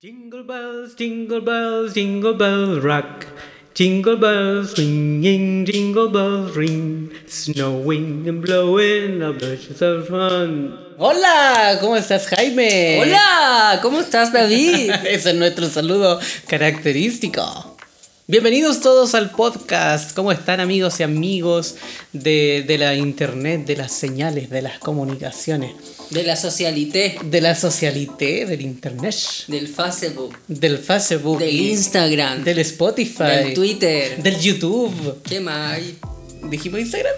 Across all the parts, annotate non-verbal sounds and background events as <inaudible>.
Jingle bells, jingle bells, jingle bells rock. Jingle bells ringing, jingle bells ring. Snowing and blowing, a bushes of fun. Hola, ¿cómo estás Jaime? Eh. Hola, ¿cómo <laughs> estás David? Ese es nuestro saludo característico. Bienvenidos todos al podcast. ¿Cómo están amigos y amigos de, de la internet, de las señales, de las comunicaciones, De la socialité, de la socialité, del internet, del Facebook, del Facebook, del Instagram, del Spotify, del Twitter. del YouTube? ¿Qué más hay? ¿Dijimos Instagram?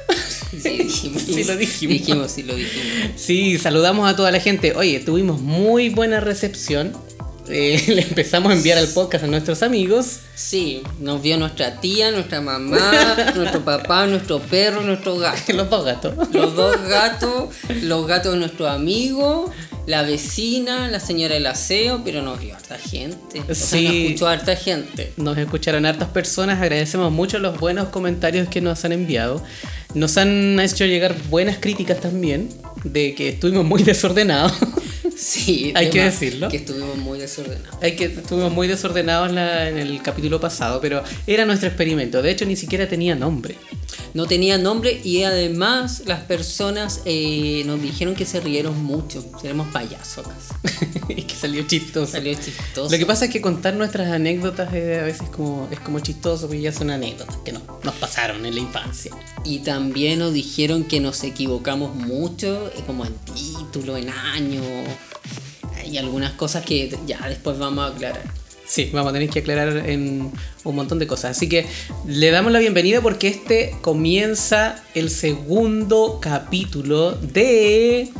Sí, dijimos. <laughs> Sí, lo dijimos. Dijimos, sí, lo dijimos. <laughs> Sí, saludamos a toda la gente. Oye, tuvimos muy buena recepción. Eh, <laughs> le empezamos a enviar al podcast a nuestros amigos. <laughs> Sí, nos vio nuestra tía, <laughs> nuestra mamá, nuestro papá, nuestro perro, nuestro gato. Los dos gatos. Los dos gatos, los gatos de nuestro amigo, la vecina, la señora del aseo, pero nos vio harta gente. O sea, nos Sí. escuchó harta gente. Nos escucharon hartas personas. Agradecemos mucho los buenos comentarios que nos han enviado. Nos han hecho llegar buenas críticas también de que estuvimos muy <laughs> desordenados. Sí, Hay que además, decirlo. Que estuvimos muy desordenados. Hay que estuvimos muy desordenados en, la- en el capítulo pasado, pero era nuestro experimento. De hecho, ni siquiera tenía nombre. <laughs> No tenía nombre y además las personas eh, nos dijeron que se rieron mucho. Seremos payasos. <laughs> casi. es que salió chistoso. Salió chistoso. Lo que pasa es que contar nuestras anécdotas es a veces como, es como chistoso, porque ya son anécdotas que no, nos pasaron en la infancia. Y también nos dijeron que nos equivocamos mucho, eh, como en título, en año. Hay algunas cosas que ya después vamos a aclarar. Sí, vamos a tener que aclarar en un montón de cosas. Así que le damos la bienvenida porque este comienza el segundo capítulo de...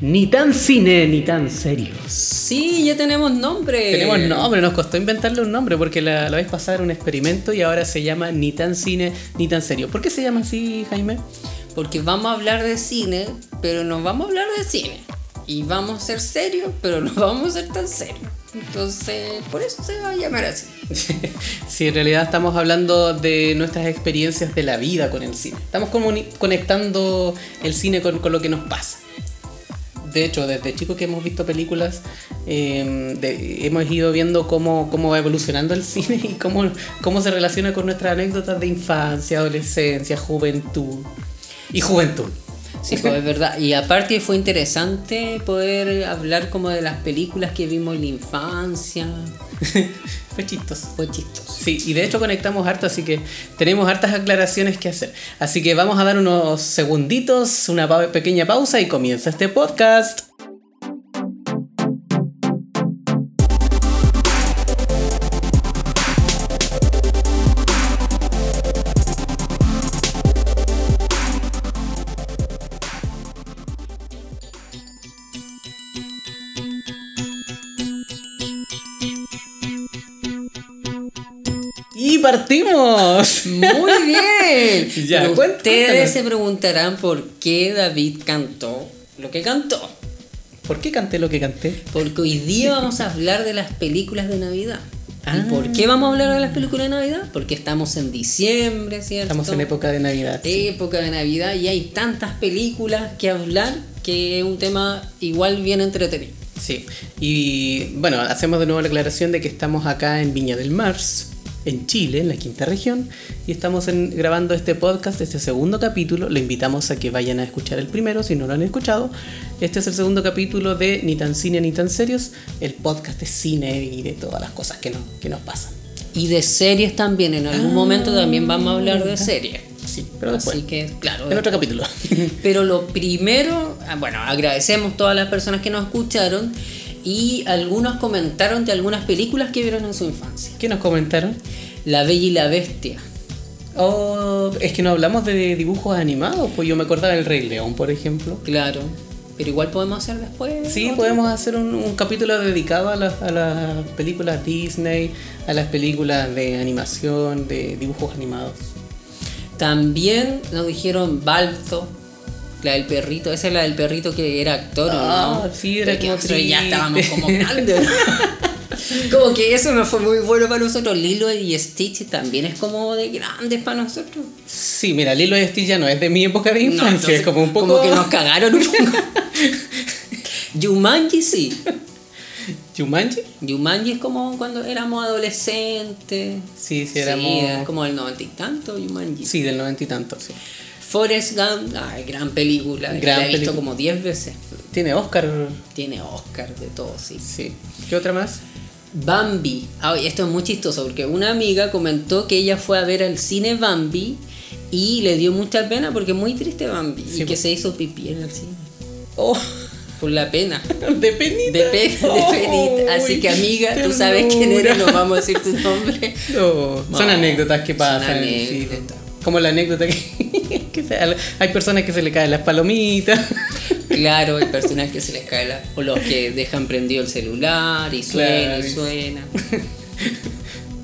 Ni tan cine, ni tan serios. Sí, ya tenemos nombre. Tenemos nombre, nos costó inventarle un nombre porque la, la vez pasada era un experimento y ahora se llama Ni tan cine, ni tan serio. ¿Por qué se llama así, Jaime? Porque vamos a hablar de cine, pero no vamos a hablar de cine. Y vamos a ser serios, pero no vamos a ser tan serios. Entonces, por eso se va a llamar así. <laughs> Sí, en realidad estamos hablando de nuestras experiencias de la vida con el cine. Estamos comuni- conectando el cine con, con lo que nos pasa. De hecho, desde chicos que hemos visto películas, eh, de- hemos ido viendo cómo, cómo va evolucionando el <laughs> cine y cómo, cómo se relaciona con nuestras anécdotas de infancia, adolescencia, juventud. Y juventud. Sí, pues es verdad. Y aparte fue interesante poder hablar como de las películas que vimos en la infancia. Fue chistoso. Fue chistoso. Sí, y de hecho conectamos harto, así que tenemos hartas aclaraciones que hacer. Así que vamos a dar unos segunditos, una pa- pequeña pausa y comienza este podcast. Y partimos. <laughs> Muy bien. Ya, Pero cuéntanos. ustedes se preguntarán por qué David cantó lo que cantó. ¿Por qué canté lo que canté? Porque <laughs> hoy día vamos a hablar de las películas de Navidad. Ah. ¿Y por qué vamos a hablar de las películas de Navidad? Porque estamos en diciembre, ¿cierto? Estamos en época de Navidad. época de Navidad y hay tantas películas que hablar que es un tema igual bien entretenido. Sí. Y bueno, hacemos de nuevo la aclaración de que estamos acá en Viña del Mar, en Chile, en la quinta región, y estamos en- grabando este podcast, este segundo capítulo. Le invitamos a que vayan a escuchar el primero si no lo han escuchado. Este es el segundo capítulo de Ni tan cine ni tan serios, el podcast de cine y de todas las cosas que, nos- que nos pasan. Y de series también, en algún momento también vamos a hablar de series. Sí, Ah, pero después. Así que, claro. En otro capítulo. Pero lo primero, ah, bueno, agradecemos todas las personas que nos escucharon y algunos comentaron de algunas películas que vieron en su infancia. ¿Qué nos comentaron? La Bella y la Bestia. Oh, es que no hablamos de dibujos animados, pues yo me acordaba del Rey León, por ejemplo. Claro. Pero igual podemos hacer después. Sí, otro. podemos hacer un, un capítulo dedicado a las, a las películas Disney, a las películas de animación, de dibujos animados. También nos dijeron Balto. La del perrito. Esa es la del perrito que era actor, ¿o Ah, ¿no? sí, era Pero que como nosotros ya triste. estábamos <laughs> como grandes. como que eso no fue muy bueno para nosotros. Lilo y Stitch también es como de grandes para nosotros. Sí, mira, Lilo y Stitch ya no es de mi época de No, infancia, entonces, es como un poco... <laughs> que nos cagaron un poco. Jumanji sí. ¿Jumanji? Yumanji es como cuando éramos adolescentes. Sí, sí, Sí, éramos. era como el noventa y tanto, Yumanji. Sí, del noventa y tanto, sí. Forrest Gump, ay, gran película. Gran la he visto película. como 10 veces. Tiene Oscar. Tiene Oscar de todo, sí. Sí. ¿Qué otra más? Bambi. Ay, esto es muy chistoso porque una amiga comentó que ella fue a ver al cine Bambi y le dio mucha pena porque es muy triste Bambi Sí, y que po. se hizo pipí en el cine. Oh, Por la pena. de penita. De, pe- <laughs> de Oh, penita. Así que amiga, tú sabes quién ternura. eres, no vamos a decir tu nombre. No, son No, anécdotas que son pasan. sí. anécdotas. Como la anécdota que, <laughs> que se- hay personas que se le caen las <laughs> palomitas. Claro, hay personas que se les cae la... O los que dejan prendido el celular y suena Claro. y suena.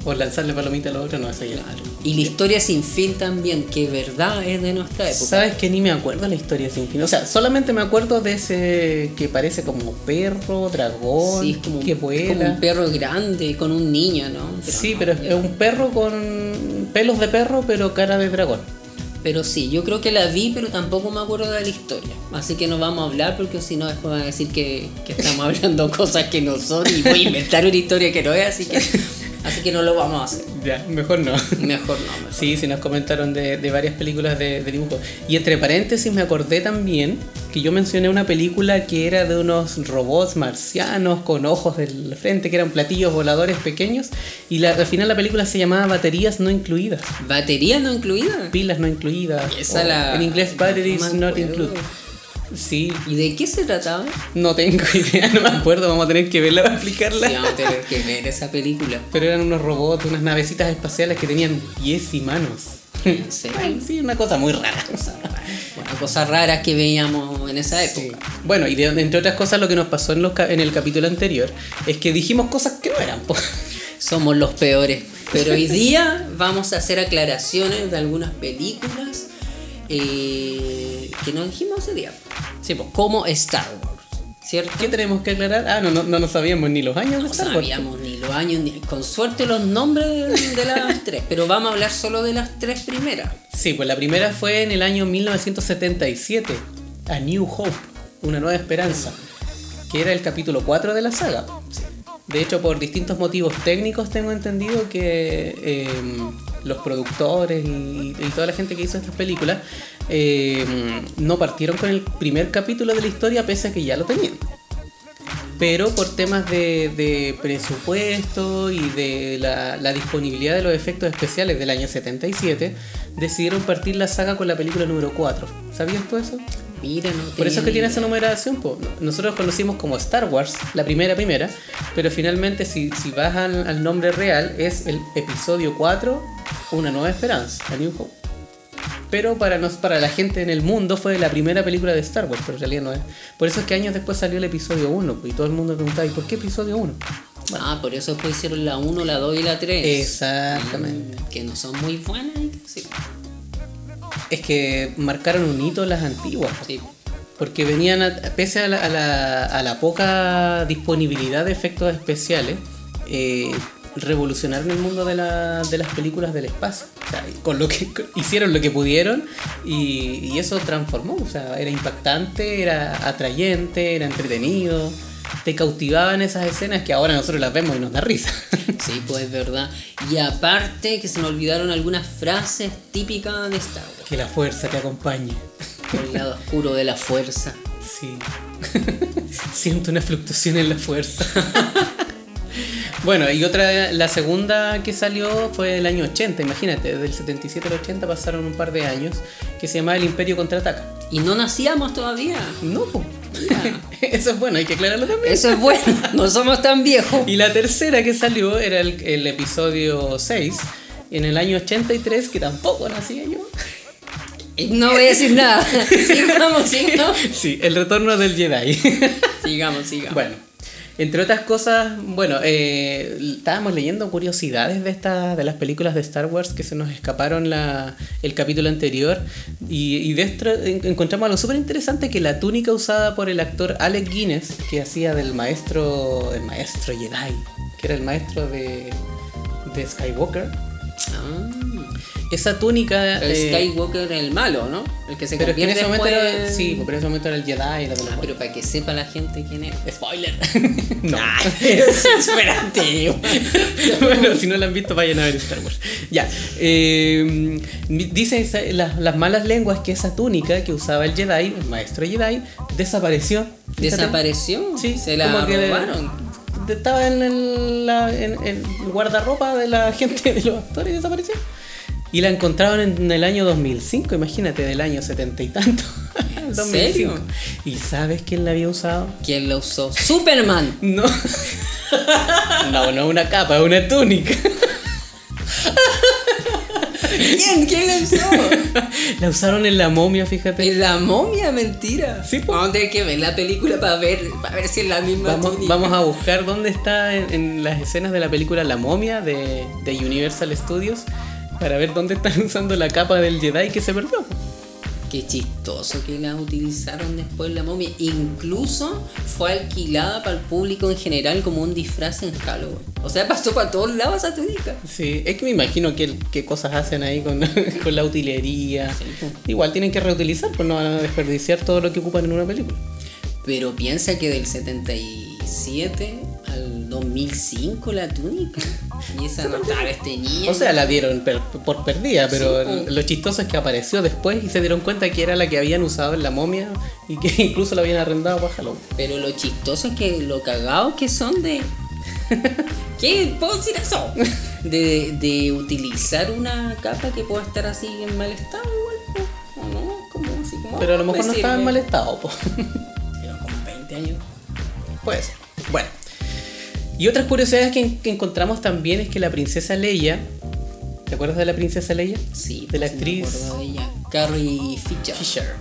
o lanzarle palomitas a los otros, no, eso ya. Y la historia sin fin también, que verdad es de nuestra época. Sabes que ni me acuerdo la historia sin fin. O sea, solamente me acuerdo de ese que parece como perro, dragón, Sí, es como, un- que es vuela. como un perro grande con un niño, ¿no? Sí, no, pero ya. es un perro con pelos de perro, pero cara de dragón. Pero sí, yo creo que la vi, pero tampoco me acuerdo de la historia. Así que no vamos a hablar porque si no después van a decir que, que estamos <laughs> hablando cosas que no son y voy a inventar una historia que no es, así que, así que no lo vamos a hacer. Ya, mejor no. Mejor no. mejor. Sí, sí, nos comentaron de, de varias películas de, de dibujo. Y entre paréntesis me acordé también que yo mencioné una película que era de unos robots marcianos con ojos del frente, que eran platillos voladores pequeños. Y la- al final la película se llamaba Baterías no incluidas. ¿Batería no incluida? Pilas no incluidas. Esa o- la- Oh, En inglés, batteries no me not acuerdo. included. Sí, ¿Y de qué se trataba? no tengo <laughs> idea, no me acuerdo, vamos a tener que verla para explicarla. Sí, vamos a tener que ver esa película. Pero eran unos robots, unas navecitas espaciales que tenían pies y manos. <laughs> En serio. Sí, una cosa muy rara. Bueno, cosas raras que veíamos en esa Sí. época. Bueno, y de- entre otras cosas lo que nos pasó en, los, ca- en el capítulo anterior es que dijimos cosas que no eran. po. <laughs> Somos los peores. Pero hoy día vamos a hacer aclaraciones de algunas películas eh, que nos dijimos ese día. pues, Sí, po. Como Star Wars, ¿cierto? ¿Qué tenemos que aclarar? Ah, no, no, no nos sabíamos ni los años de No Star Wars. sabíamos ni los años, ni con suerte los nombres de, <laughs> de las tres. Pero vamos a hablar solo de las tres primeras. Sí, pues la primera fue en el año 1977, A New Hope, Una Nueva Esperanza, que era el capítulo 4 de la saga. De hecho, por distintos motivos técnicos tengo entendido que eh, los productores y, y toda la gente que hizo estas películas eh, no partieron con el primer capítulo de la historia pese a que ya lo tenían. Pero por temas de, de presupuesto y de la, la disponibilidad de los efectos especiales del año 77, decidieron partir la saga con la película número 4. ¿Sabías tú eso? Mira, no Por eso es que tiene tenía esa numeración. po. Nosotros conocimos como Star Wars, la primera primera, pero finalmente si, si vas al, al nombre real es el episodio 4, Una Nueva Esperanza, A New Hope. Pero para, nos, para la gente en el mundo fue la primera película de Star Wars, pero en realidad no es. Por eso es que años después salió el episodio 1 po, y todo el mundo preguntaba, ¿y por qué episodio 1? idea. Ah, por eso después hicieron la 1, la 2 y la 3. Exactamente. Que no son muy buenas. hay que decirlo. Es que marcaron un hito las antiguas. po. Sí. Porque venían, a- pese a la, a la- a la poca disponibilidad de efectos especiales, eh, revolucionaron el mundo de, la- de las películas del espacio. O sea, con lo que, <laughs> con- hicieron lo que pudieron y, y eso transformó. O sea, era impactante, era atrayente, era entretenido. Te cautivaban esas escenas que ahora nosotros las vemos y nos da risa. Sí, pues es verdad. Y aparte que se me olvidaron algunas frases típicas de Star <laughs> Wars. que la fuerza te acompañe. Por el lado oscuro de la fuerza. Sí. <laughs> Siento una fluctuación en la fuerza. <laughs> bueno, y otra, la segunda que salió fue el año 80, imagínate, del 77 al 80 pasaron un par de años, que se llamaba El Imperio Contraataca. Y no <laughs> nacíamos todavía. No, po. eso es bueno, hay que aclararlo también. Eso es bueno, no somos tan viejos. Y la tercera que salió era el, el episodio 6, en el año 83, que tampoco nacía yo. No voy a decir nada. Sigamos, sigamos. <laughs> Sí, El Retorno del Jedi. Sigamos, sigamos. Bueno, entre otras cosas, bueno, eh, estábamos leyendo curiosidades de esta, de las películas de Star Wars que se nos escaparon la, el capítulo anterior y, y dentro en- encontramos algo súper interesante que la túnica usada por el actor Alec Guinness, que hacía del maestro, el maestro Jedi, que era el maestro de, de Skywalker, Ah, esa túnica. El eh, Skywalker era el malo, ¿no? El que se pero es que en convierte ese momento después era, en- sí, pues, pero en ese momento era el Jedi, era de los Ah, pero para que sepa la gente quién es. <laughs> Spoiler. <laughs> no. Ah. Espérate. bueno, si no la han visto, vayan a ver Star Wars. Ya. eh, dicen esa- las- las malas lenguas que esa túnica que usaba el Jedi, el maestro Jedi, desapareció. Fíjate. Desapareció. Sí, Se la como que- robaron. Estaba en el, la- en- en el guardarropa de la <laughs> gente de los actores y desapareció. Y la encontraron en el año 2005, imagínate, del año setenta y tanto. <laughs> al 2005. serio? ¿Y sabes quién la había usado? ¿Quién la usó? ¡Superman! No. No, no una capa, es una túnica. <laughs> ¿Quién? ¿Quién la usó? La usaron en la momia, fíjate. En la momia, mentira. Sí, po. Vamos a tener que ver la película para ver, para ver si es la misma Vamos, túnica. vamos a buscar dónde está en, en las escenas de la película La momia de, de Universal Studios para ver dónde están <laughs> usando la capa del Jedi que se perdió. Qué chistoso que la utilizaron después la momia. Incluso fue alquilada para el público en general como un disfraz en Halloween. O sea, pasó para todos lados esa túnica. Sí, es que me imagino que, qué cosas hacen ahí con, <laughs> con la utilería. Sí, po. Igual tienen que reutilizar, pues no van a desperdiciar todo lo que ocupan en una película. Pero piensa que del 77 al 2005 la túnica. Y <laughs> esa no estaba este desteñida. O sea, la dieron per- por perdida, pero Sí, po. lo chistoso es que apareció después y se dieron cuenta que era la que habían usado en la momia y que <laughs> incluso la habían arrendado para Halloween. Pero lo chistoso es que lo cagados que son de. <laughs> ¿Qué? ¿Puedo decir eso? De, de utilizar una capa que pueda estar así en mal estado, igual, po, ¿o no? Como así como. Pero a lo me mejor no estaba en sirve. mal estado, po. Pero con 20 años. Puede ser. Bueno. Y otras curiosidades que, en- que encontramos también es que la princesa Leia. ¿Te acuerdas de la princesa Leia? Sí, De la pues, actriz Me acuerdo de ella. Carrie Fisher. Fisher,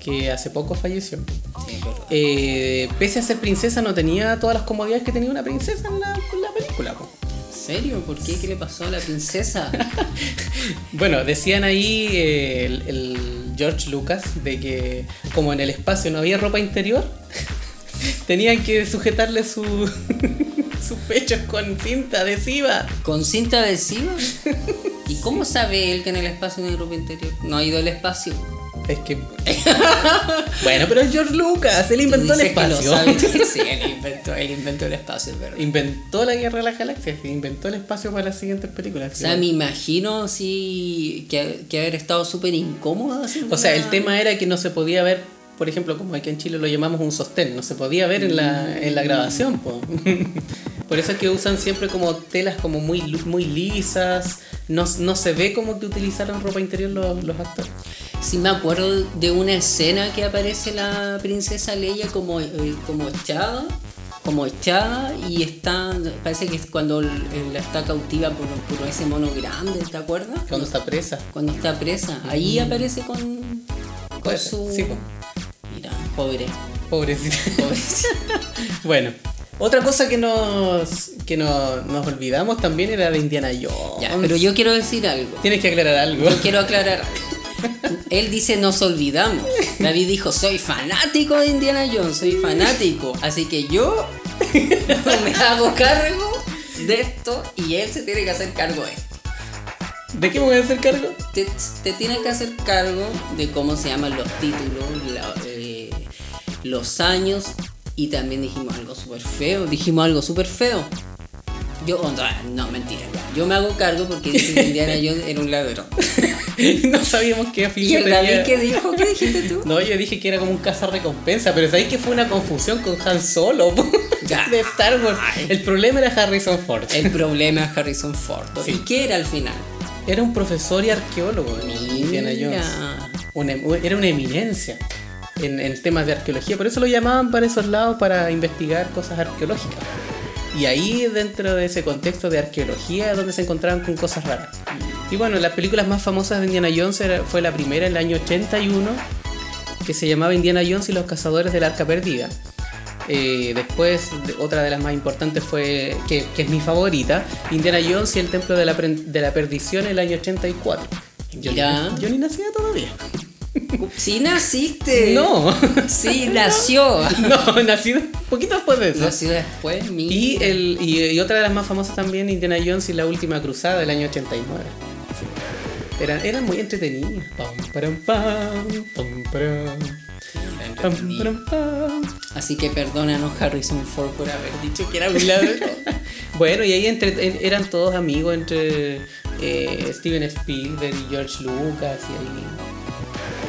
que hace poco falleció. Sí, me acuerdo. Eh, pese a ser princesa, no tenía todas las comodidades que tenía una princesa en la, en la película, po. ¿En serio? ¿Por qué? ¿Qué le pasó a <laughs> la princesa? Bueno, decían ahí eh, el, el George Lucas de que como en el espacio no había ropa interior, <laughs> tenían que sujetarle su, <laughs> sus pechos con cinta adhesiva. ¿Con cinta adhesiva? ¿Y cómo sabe él que en el espacio no hay ropa interior? No ha ido al espacio. Es que... <laughs> bueno, pero es George Lucas, él inventó el Tú dices que lo espacio. sabe. <laughs> Sí, él inventó, él inventó el espacio, es <laughs> verdad. Inventó la Guerra de las Galaxias, inventó el espacio para las siguientes películas. O sea, me imagino sí, que, que haber estado súper incómodo. así, O sea, el ¿no? tema era que no se podía ver, por ejemplo, como aquí en Chile lo llamamos un sostén, no se podía ver en la, Mm. en la grabación. po. <laughs> por eso es que usan siempre como telas como muy, lu- muy lisas, no, no se ve como que utilizaron ropa interior los, los actores. Sí, me acuerdo de una escena que aparece la princesa Leia como, eh, como echada. Como echada y está. Parece que es cuando el- el- la está cautiva por, por ese mono grande, ¿te acuerdas? Cuando está presa. Cuando está presa. Ahí aparece con, con Puede ser, su. sí, po. Mira, pobre. Pobrecita. pobrecita. <laughs> bueno. Otra cosa que nos que no- nos olvidamos también era de Indiana Jones. Ya, pero yo quiero decir algo. Tienes que aclarar algo. <laughs> Yo quiero aclarar algo. Él dice nos olvidamos. David dijo, soy fanático de Indiana Jones, soy fanático. Así que yo <laughs> me hago cargo de esto y él se tiene que hacer cargo de esto. ¿De qué me voy a hacer cargo? <laughs> Te, te tiene que hacer cargo de cómo se llaman los títulos, la- eh, los años y también dijimos algo súper feo. Dijimos algo súper feo. Yo, oh, no, no, mentira. ya. Yo me hago cargo porque dice que Indiana Jones era un ladrón. no sabíamos qué afiliación ¿Y el David tenía. qué dijo? ¿Qué dijiste tú? No, yo dije que era como un cazarrecompensa, pero sabéis que fue una confusión con Han Solo <laughs> po, Ya. de Star Wars. El problema era Harrison Ford. El problema es Harrison Ford. Sí. ¿Y qué era al final? Era un profesor y arqueólogo de Indiana Jones. Una em- era una eminencia en, en temas de arqueología, por eso lo llamaban para esos lados para investigar cosas arqueológicas. Y ahí dentro de ese contexto de arqueología es donde se encontraban con cosas raras. Y bueno, las películas más famosas de Indiana Jones era- fue la primera en el año 81, que se llamaba Indiana Jones y los cazadores del arca perdida. Eh, después, de- otra de las más importantes fue, que, que es mi favorita, Indiana Jones y el templo de la, Pren- de la perdición en el año 84. Yo, ni- Mira. yo ni nacía todavía. Sí naciste. No, <laughs> Sí, nació. no, nací un poquito después de eso. Nació después, mi. Y, el, y, y otra de las más famosas también, Indiana Jones y la última cruzada del año 89. Eran, eran muy entretenidas. Pam, param, pam, pam, param, pam, param, pam. Así que perdónanos Harrison Ford por haber dicho que <laughs> era un ladrón. Bueno, y ahí entre, en- eran todos amigos entre eh, Steven Spielberg y George Lucas. Y ahí.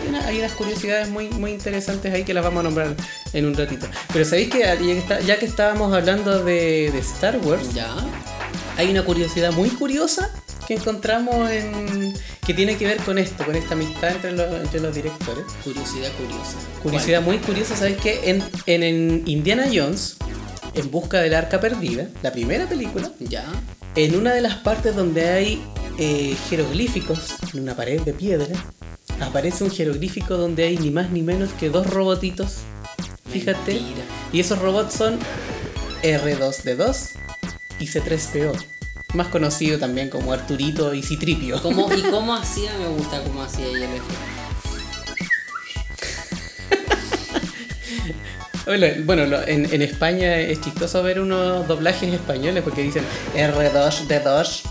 Hay, una- hay unas curiosidades muy, muy interesantes ahí que las vamos a nombrar en un ratito. Pero sabéis que ya que, está- ya que estábamos hablando de, de Star Wars, ya. hay una curiosidad muy curiosa que encontramos en, que tiene que ver con esto, con esta amistad entre los, entre los directores. Curiosidad curiosa. Curiosidad muy curiosa, ¿sabes qué? En, en, en Indiana Jones, en busca del arca perdida, la primera película, ¿Cuál? Ya. en una de las partes donde hay eh, jeroglíficos, en una pared de piedra, aparece un jeroglífico donde hay ni más ni menos que dos robotitos. Fíjate. Mentira. Y esos robots son R2D2 y C3PO, más conocido también como Arturito y Citripio. ¿Cómo, ¿Y cómo hacía? Me gusta cómo hacía ella el efecto. Bueno, bueno, lo- en, en España es chistoso ver unos doblajes españoles porque dicen R2D2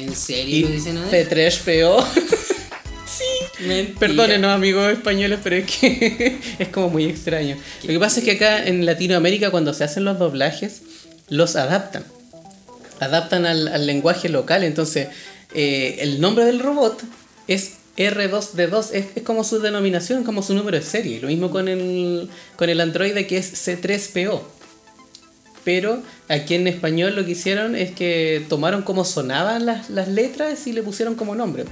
¿En serio y lo dicen a <laughs> él? C3PO. Mentira. Perdónenos amigos españoles, pero es que <laughs> es como muy extraño. Lo que pasa es que acá en Latinoamérica cuando se hacen los doblajes, los adaptan. Adaptan al, al lenguaje local, entonces eh, el nombre del robot es R2D2, es, es como su denominación, como su número de serie. Lo mismo con el, con el androide que es C3PO. Pero aquí en español lo que hicieron es que tomaron como sonaban las, las letras y le pusieron como nombre.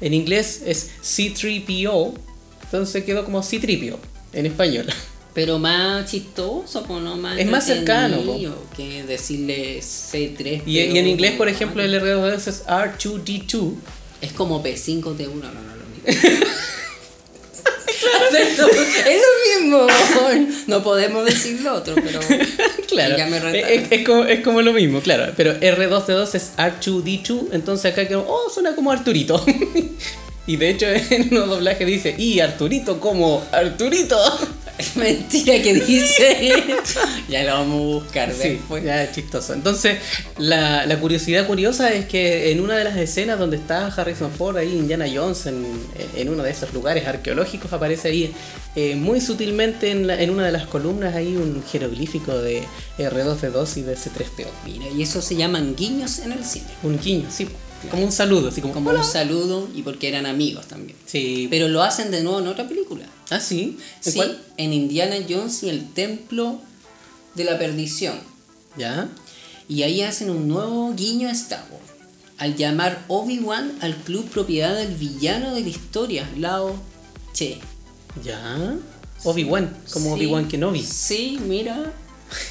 En inglés es C3PO, entonces quedó como C3PO en español. <laughs> Pero más chistoso, pues no más. Es más cercano, entretenido Que decirle C3. Y, y en inglés, por ejemplo, el R2D2 es R2D2. Es como P5 T1, no, no, no, lo mismo. es lo mismo. No podemos decir lo otro, pero. <laughs> claro. Ya me retaron. es, es como, es como lo mismo, claro. Pero R2D2 es R2D2, entonces acá quedó, oh, suena como Arturito. <laughs> y de hecho en unos doblajes dice, y Arturito como Arturito. Mentira que dice. ya lo vamos a buscar Sí, después. ya es chistoso. Entonces, la, la curiosidad curiosa es que en una de las escenas donde está Harrison Ford, ahí Indiana Jones, en, en uno de esos lugares arqueológicos, aparece ahí eh, muy sutilmente en, la- en una de las columnas ahí un jeroglífico de R2D2 y de C3PO. Mira, y eso se llaman guiños en el cine. Un guiño, sí, como un saludo, así como. Como "Hola". un saludo y porque eran amigos también. Sí, Pero lo hacen de nuevo en otra película. ah, sí, ¿en Sí, cuál? en Indiana Jones y el Templo de la Perdición. Ya, Y ahí hacen un nuevo guiño a Star Wars. Al llamar Obi-Wan al club propiedad del villano de la historia, Lao Che. ya. Obi-Wan, como Sí, Obi-Wan Kenobi. Sí, mira.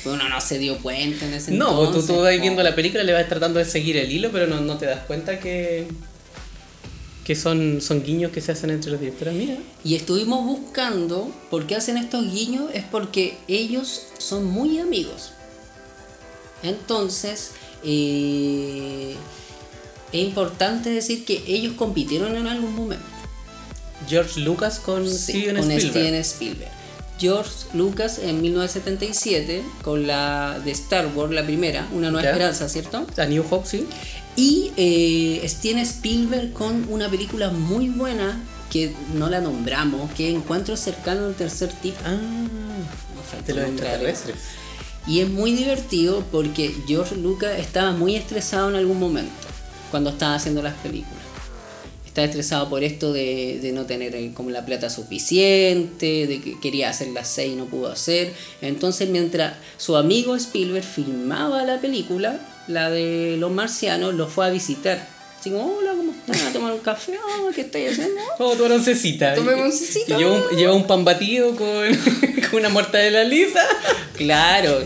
Uno no se dio cuenta en ese No, entonces. tú, tú vas po. viendo la película, le vas tratando de seguir el hilo, pero no, no te das cuenta que, que son, son guiños que se hacen entre los directores. Mira, Y estuvimos buscando por qué hacen estos guiños, es porque ellos son muy amigos. Entonces, eh, es importante decir que ellos compitieron en algún momento. George Lucas con Sí, Steven con Spielberg. Steven Spielberg. George Lucas en 1977, con la de Star Wars, la primera, Una Nueva Ya. Esperanza, ¿cierto? A New Hope, sí. Y eh, Steven Spielberg con una película muy buena que no la nombramos, que es Encuentro cercano al tercer tipo. Ah, Nos faltó de los nombrar extraterrestres. Y es muy divertido porque George Lucas estaba muy estresado en algún momento cuando estaba haciendo las películas. Estaba estresado por esto de, de no tener eh, como la plata suficiente, de que quería hacer las seis y no pudo hacer. Entonces mientras su amigo Spielberg filmaba la película, la de los marcianos, lo fue a visitar. Así como, hola, ¿cómo estás? ¿A tomar un café? Ah, ¿Qué estáis haciendo? Oh, tu oncecita. Tomemos oncecita. Y Lleva un, lleva un pan batido con, <laughs> con una mortadela lisa. Claro. <laughs>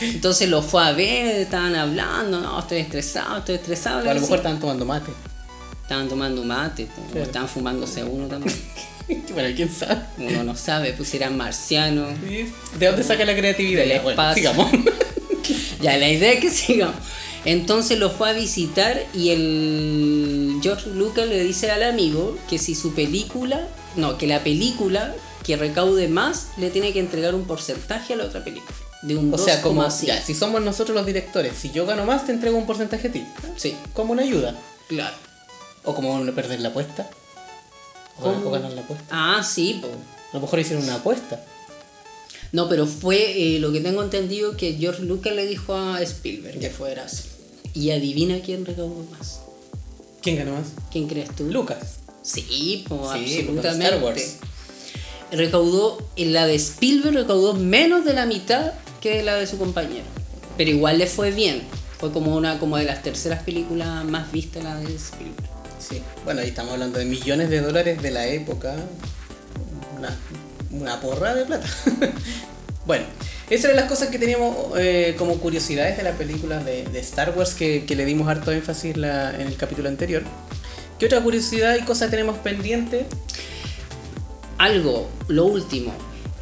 Entonces lo fue a ver, estaban hablando, no, estoy estresado, estoy estresado. O a le lo decía. mejor estaban tomando mate. <laughs> Estaban tomando mate, pues, o estaban fumándose uno también. bueno, quién sabe. Uno no sabe, pues si <laughs> eran marcianos. ¿De dónde saca la creatividad? Del Ya, bueno, espacio. sigamos. <laughs> Ya, la idea es que sigamos. Entonces lo fue a visitar y el George Lucas le dice al amigo que si su película, no, que la película que recaude más le tiene que entregar un porcentaje a la otra película. De un O sea, como 2,5. ya, si somos nosotros los directores, si yo gano más, te entrego un porcentaje a ti. Sí. Como una ayuda. Claro. O como no perder la apuesta. O, ganar- o ganar la apuesta. Ah, sí, po. A lo mejor hicieron una apuesta. No, pero fue eh, lo que tengo entendido que George Lucas le dijo a Spielberg que fuera así. Y adivina quién recaudó más. ¿Quién ganó más? ¿Quién crees tú? Lucas. Sí, po, Sí, absolutamente. Lucas Star Wars. Recaudó, en la de Spielberg recaudó menos de la mitad que la de su compañero. Pero igual le fue bien. Fue como una como de las terceras películas más vistas la de Spielberg. Sí. Bueno, ahí estamos hablando de millones de dólares de la época. Una, una porra de plata. <laughs> bueno, esas eran las cosas que teníamos eh, como curiosidades de las películas de, de Star Wars que, que le dimos harto énfasis la- en el capítulo anterior. ¿Qué otra curiosidad y cosa tenemos pendiente? Algo, lo último.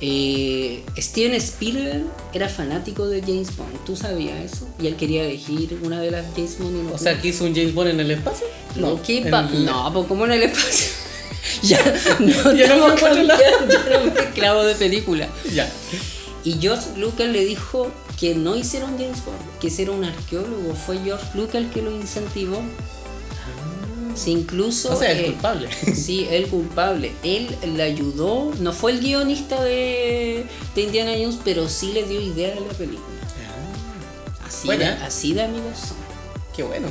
eh, Steven Spielberg era fanático de James Bond. ¿Tú sabías eso? Y él quería elegir una de las James Bond. y no O pudo. sea, ¿que hizo un James Bond en el espacio? No, ¿qué en- pa- No, pues como en el espacio. <laughs> <laughs> ya, Ya no, no me estamos acuerdo cambiando, nada. ya no me clavo de película. Ya. Y George Lucas le dijo que no hiciera un James Bond, que hiciera un arqueólogo. Fue George Lucas el que lo incentivó. Sí, incluso. Ah. O sea, el eh, culpable. Sí, el culpable. Él le ayudó. No fue el guionista de, de Indiana Jones, pero sí le dio idea a la película. Así, de, Ah. Buena. así de amigos son. Qué bueno.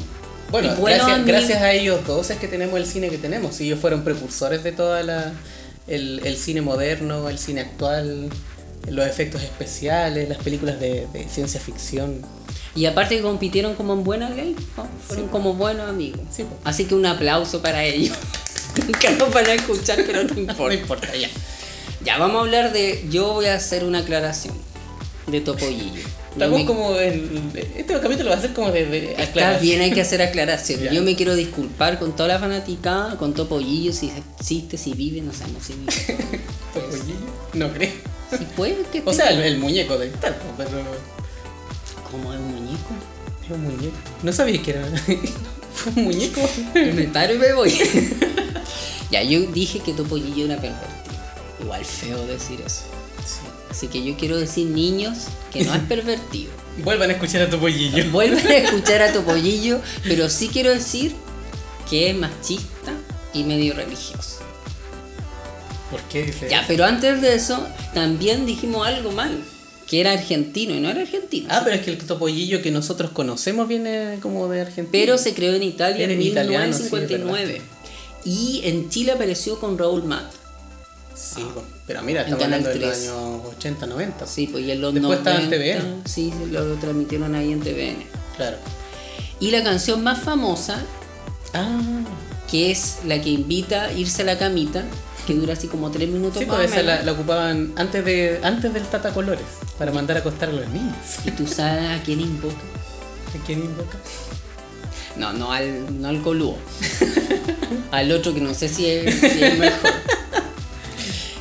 Bueno, Y bueno, gracias, amigo. gracias a ellos dos es que tenemos el cine que tenemos. Ellos fueron precursores de toda la el, el cine moderno, el cine actual, los efectos especiales, las películas de, de ciencia ficción. Y aparte que compitieron como en buena ley, ¿no? fueron como buenos amigos. Sí, po. Así que un aplauso para ellos. <laughs> Nunca nos van a escuchar, pero <laughs> no importa. No importa ya. Ya, vamos a hablar de. Yo voy a hacer una aclaración de Topollillo. Yo Estamos me- como en- este capítulo va a ser como de, de Está aclaración. bien, hay que hacer aclaración. <laughs> Ya. Yo me quiero disculpar con toda la fanaticada, con Topollillo, si existe, si vive, no sabemos si <laughs> vive. ¿Este No creo. Si puede que O te- sea, el, el muñeco de tal, pero como es un muñeco. es un muñeco. No sabía que era. <laughs> Fue un muñeco. Me paro y <laughs> me voy. ya, yo dije que Topollillo era pervertido. Igual feo decir eso. Así que yo quiero decir, niños, que no es <laughs> pervertido. Vuelvan a escuchar a tu pollillo. Vuelven a escuchar a Topollillo, pero sí quiero decir que es machista y medio religioso. ¿Por qué dice? Ya, pero antes de eso, también dijimos algo mal, que era argentino y no era argentino. Ah, pero es que el topollillo que nosotros conocemos viene como de Argentina. Pero se creó en Italia Era en en italiano, 1959. sí, y en Chile apareció con Raúl Matt. Sí, bueno, pero mira, estamos En Canal hablando de los 3. años 80, 90. Sí, pues y en los Después estaba en 90, TVN. Sí, lo, lo transmitieron ahí en TVN. Claro. Y la canción más famosa, Ah, que es la que invita a irse a la camita, que dura así como tres minutos sí, más o pues esa menos. la, la ocupaban antes, de, antes del Tata Colores, para mandar a acostar a los niños. ¿Y tú sabes a quién invoca? ¿A quién invoca? No, no al, no al colúo. <laughs> al otro que no sé si es, si es mejor.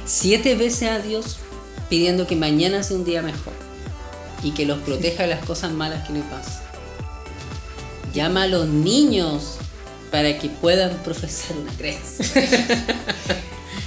Siete veces a Dios pidiendo que mañana sea un día mejor y que los proteja de las cosas malas que le pasan. Llama a los niños para que puedan profesar una creencia.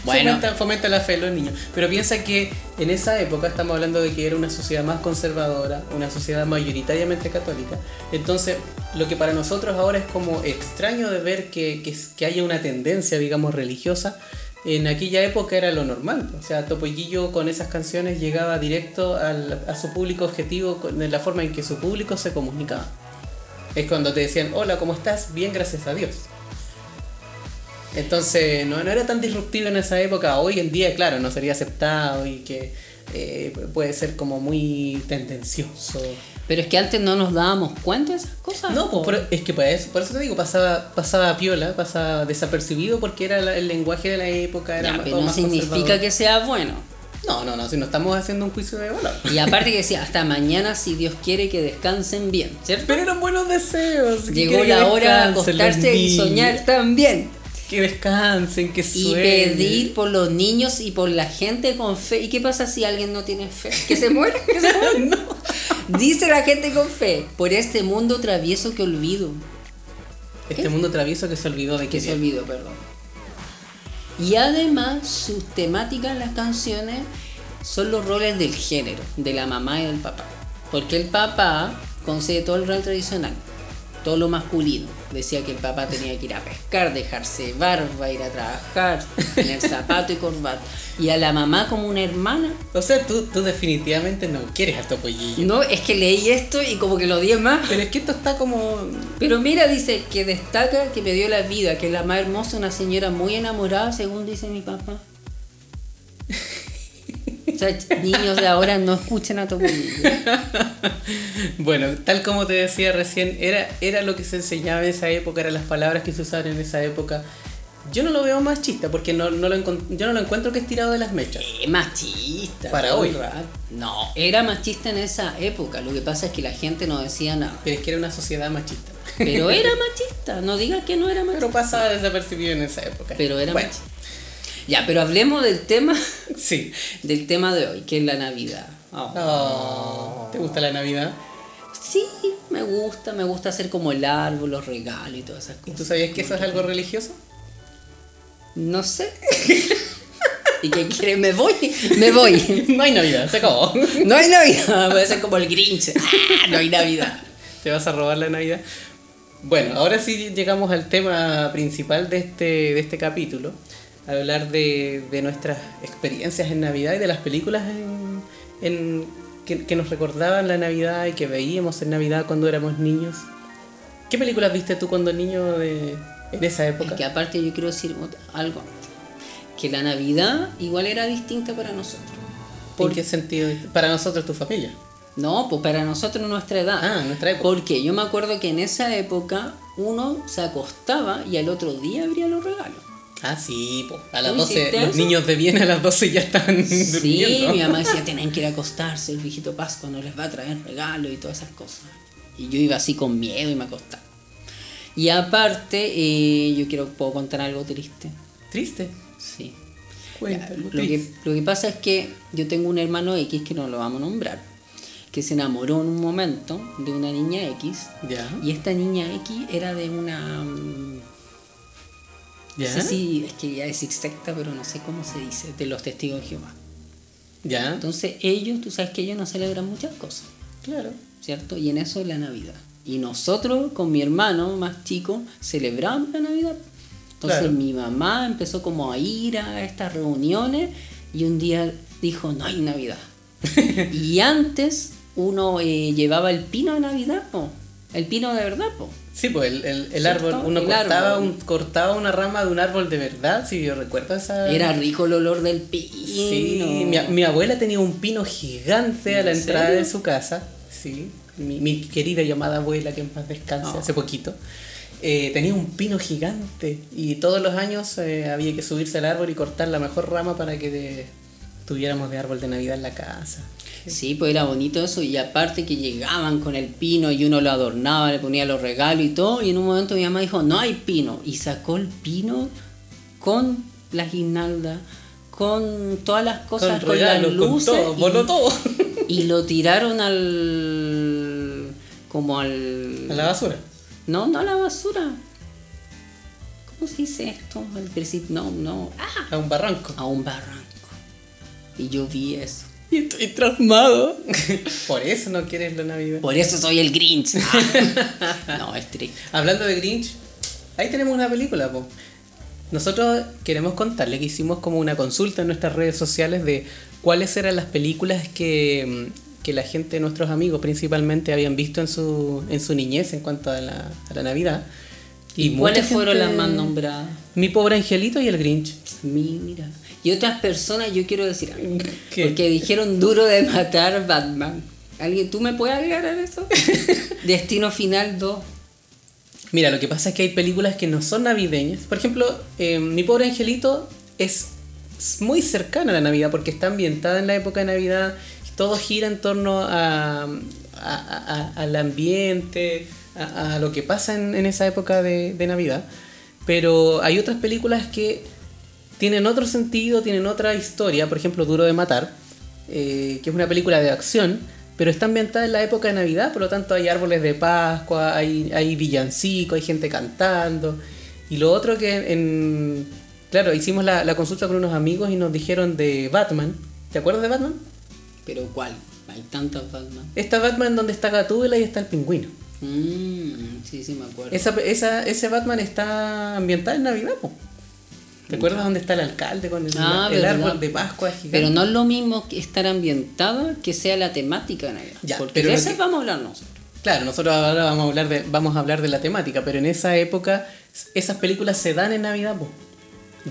bueno, Fomenta, fomenta la fe en los niños. Pero piensa que en esa época estamos hablando de que era una sociedad más conservadora, una sociedad mayoritariamente católica. Entonces, lo que para nosotros ahora es como extraño de ver que, que, es- que haya una tendencia, digamos, religiosa, en aquella época era lo normal. O sea, Topollillo con esas canciones llegaba directo al- a su público objetivo, con- de la forma en que su público se comunicaba. Es cuando te decían, hola, ¿cómo estás? Bien, gracias a Dios. Entonces, no, no era tan disruptivo en esa época. Hoy en día, claro, no sería aceptado y que eh, puede ser como muy tendencioso. pero es que antes no nos dábamos cuenta de esas cosas. No, pues por- es que por eso, por eso te digo, pasaba, pasaba piola, pasaba desapercibido porque era la- el lenguaje de la época. Era Ya, más- pero todo no más significa conservador. que sea bueno. No, no, no, si no estamos haciendo un juicio de valor. Y aparte que decía, hasta mañana si Dios quiere que descansen bien, ¿cierto? Pero eran buenos deseos. que Llegó que la hora de descansen los acostarse y niños, soñar también. Que descansen, que Y sueñen. pedir por los niños y por la gente con fe. ¿Y qué pasa si alguien no tiene fe? ¿Que se muere? ¿Que se muere? Dice la gente con fe, por este mundo travieso que olvido. Este mundo travieso que se olvidó de Que que se olvidó, perdón. Y además, sus temáticas en las canciones son los roles del género, de la mamá y del papá. Porque el papá concede todo el rol tradicional. todo lo masculino. Decía que el papá tenía que ir a pescar, dejarse barba, ir a trabajar, tener zapato y corbata. Y a la mamá como una hermana. O sea, tú, tú definitivamente no quieres a Topollillo. No, es que leí esto y como que lo odié más. Pero es que esto está como. Pero mira, dice que destaca que me dio la vida, que la más hermosa, una señora muy enamorada, según dice mi <laughs> papá. O sea, ch- niños de ahora no escuchen a Topolillo. Bueno, tal como te decía recién, era, era lo que se enseñaba en esa época, eran las palabras que se usaban en esa época. Yo no lo veo más chista porque no, no lo encon- yo no lo encuentro que es tirado de las mechas. Eh, machista. Para todo hoy. el rato. No, era machista en esa época. Lo que pasa es que la gente no decía nada. Pero es que era una sociedad machista. Pero era machista. No digas que no era <laughs> machista. Pero pasaba desapercibido en esa época. Pero era Bueno, machista. Ya, pero hablemos del tema, Sí. del tema de hoy, que es la Navidad. Oh. Oh, ¿Te gusta la Navidad? Sí, me gusta, me gusta hacer como el árbol, los regalos y todas esas ¿Y cosas. tú sabías que eso es algo religioso? <laughs> No sé. <laughs> ¿Y qué quiere? Me voy, me voy. No hay Navidad, se acabó. No hay Navidad, voy a ser como el Grinch. Ah, no hay Navidad. Te vas a robar la Navidad. Bueno, ahora sí llegamos al tema principal de este, de este capítulo. Hablar de, de nuestras experiencias en Navidad y de las películas en- en- que, que nos recordaban la Navidad y que veíamos en Navidad cuando éramos niños. ¿Qué películas viste tú cuando niño de, en esa época? Es que aparte yo quiero decir ot- algo antes. Que la Navidad igual era distinta para nosotros. ¿Por qué sentido? Para nosotros, tu familia. No, pues para nosotros nuestra edad. Ah, en nuestra época. Porque yo me acuerdo que en esa época uno se acostaba y al otro día abría los regalos. Ah, sí, po. a las ¿Tú 12, hiciste los eso? niños de Viena a las 12 ya están Sí, durmiendo. mi <laughs> mamá decía, tienen que ir a acostarse, el viejito Pascua no les va a traer regalos y todas esas cosas. Y yo iba así con miedo y me acostaba. Y aparte, eh, yo quiero, puedo contar algo triste. Triste. Sí. Ya, Cuéntalo, lo, que, triste. lo que pasa es que yo tengo un hermano X que no lo vamos a nombrar, que se enamoró en un momento de una niña X. Ya. Y esta niña X era de una... mm, Ya. No sé si es que ya es secta, pero no sé cómo se dice, de los testigos de Jehová. Ya. Entonces ellos, tú sabes que ellos no celebran muchas cosas, Claro. ¿cierto? Y en eso es la Navidad. Y nosotros, con mi hermano más chico, celebramos la Navidad. Entonces Claro. mi mamá empezó como a ir a estas reuniones y un día dijo, no <laughs> hay Navidad. y antes uno eh, llevaba el pino de Navidad, po. El pino de verdad, po. Sí, pues el, el, el ¿Cierto? árbol, uno El cortaba, árbol. Un, cortaba una rama de un árbol de verdad, si yo recuerdo esa... Era rico el olor del pino. Ah. Sí, mi, mi abuela tenía un pino gigante a la ¿En entrada de serio? su casa, sí, mi, mi querida llamada abuela que en paz descanse Oh. hace poquito, eh, tenía un pino gigante y todos los años eh, había que subirse al árbol y cortar la mejor rama para que de- tuviéramos de árbol de Navidad en la casa. Sí, pues era bonito eso. Y aparte que llegaban con el pino y uno lo adornaba, le ponía los regalos y todo. Y en un momento mi mamá dijo, no hay pino. Y sacó el pino con la guirnalda, con todas las cosas, con, regalos, las luces. todo, voló <laughs> y, todo. y lo tiraron al... como al... A la basura. No, no a la basura. ¿Cómo se dice esto? Al principio, no, no. ¡Ah! A un barranco. A un barranco. Y yo vi eso. Y estoy traumado. <laughs> Por eso no quieres la Navidad. Por eso soy el Grinch. Ah. no, es triste. Hablando de Grinch, ahí tenemos una película, po. Nosotros queremos contarle que hicimos como una consulta en nuestras redes sociales de cuáles eran las películas que, mm, que la gente, nuestros amigos principalmente, habían visto en su, en su niñez en cuanto a la, a la Navidad. ¿Y cuáles mucha fueron gente- las más nombradas? Mi pobre angelito y el Grinch. Mira. Y otras personas, yo quiero decir algo. ¿Qué? Porque dijeron duro de matar Batman. ¿Alguien, tú me puedes <laughs> aclarar eso? Destino Final 2. Mira, lo que pasa es que hay películas que no son navideñas. Por ejemplo, eh, Mi pobre angelito es s- muy cercana a la Navidad porque está ambientada en la época de Navidad. Todo gira en torno a, a- a- a- al ambiente, a, a lo que pasa en, en esa época de, de Navidad. Pero hay otras películas que tienen otro sentido, tienen otra historia. Por ejemplo, Duro de Matar, eh, que es una película de acción, pero está ambientada en la época de Navidad, por lo tanto hay árboles de Pascua, hay, hay villancico, hay gente cantando. Y lo otro que en... Claro, hicimos la, la consulta con unos amigos y nos dijeron de Batman. ¿Te acuerdas de Batman? ¿Pero cuál? Hay tantas Batman. Está Batman donde está Gatúbela y está el pingüino. Mm, sí, sí, me acuerdo. Esa, esa- ese Batman está ambientado en Navidad, po. ¿Te acuerdas dónde está el alcalde con el, Ah, el verdad. árbol de Pascua gigante? Pero no es lo mismo que estar ambientada que sea la temática de Navidad. Ya, porque pero de lo esas que- vamos a hablar nosotros. Claro, nosotros ahora vamos a hablar de, vamos a hablar de la temática, pero en esa época s- esas películas se dan en Navidad, po.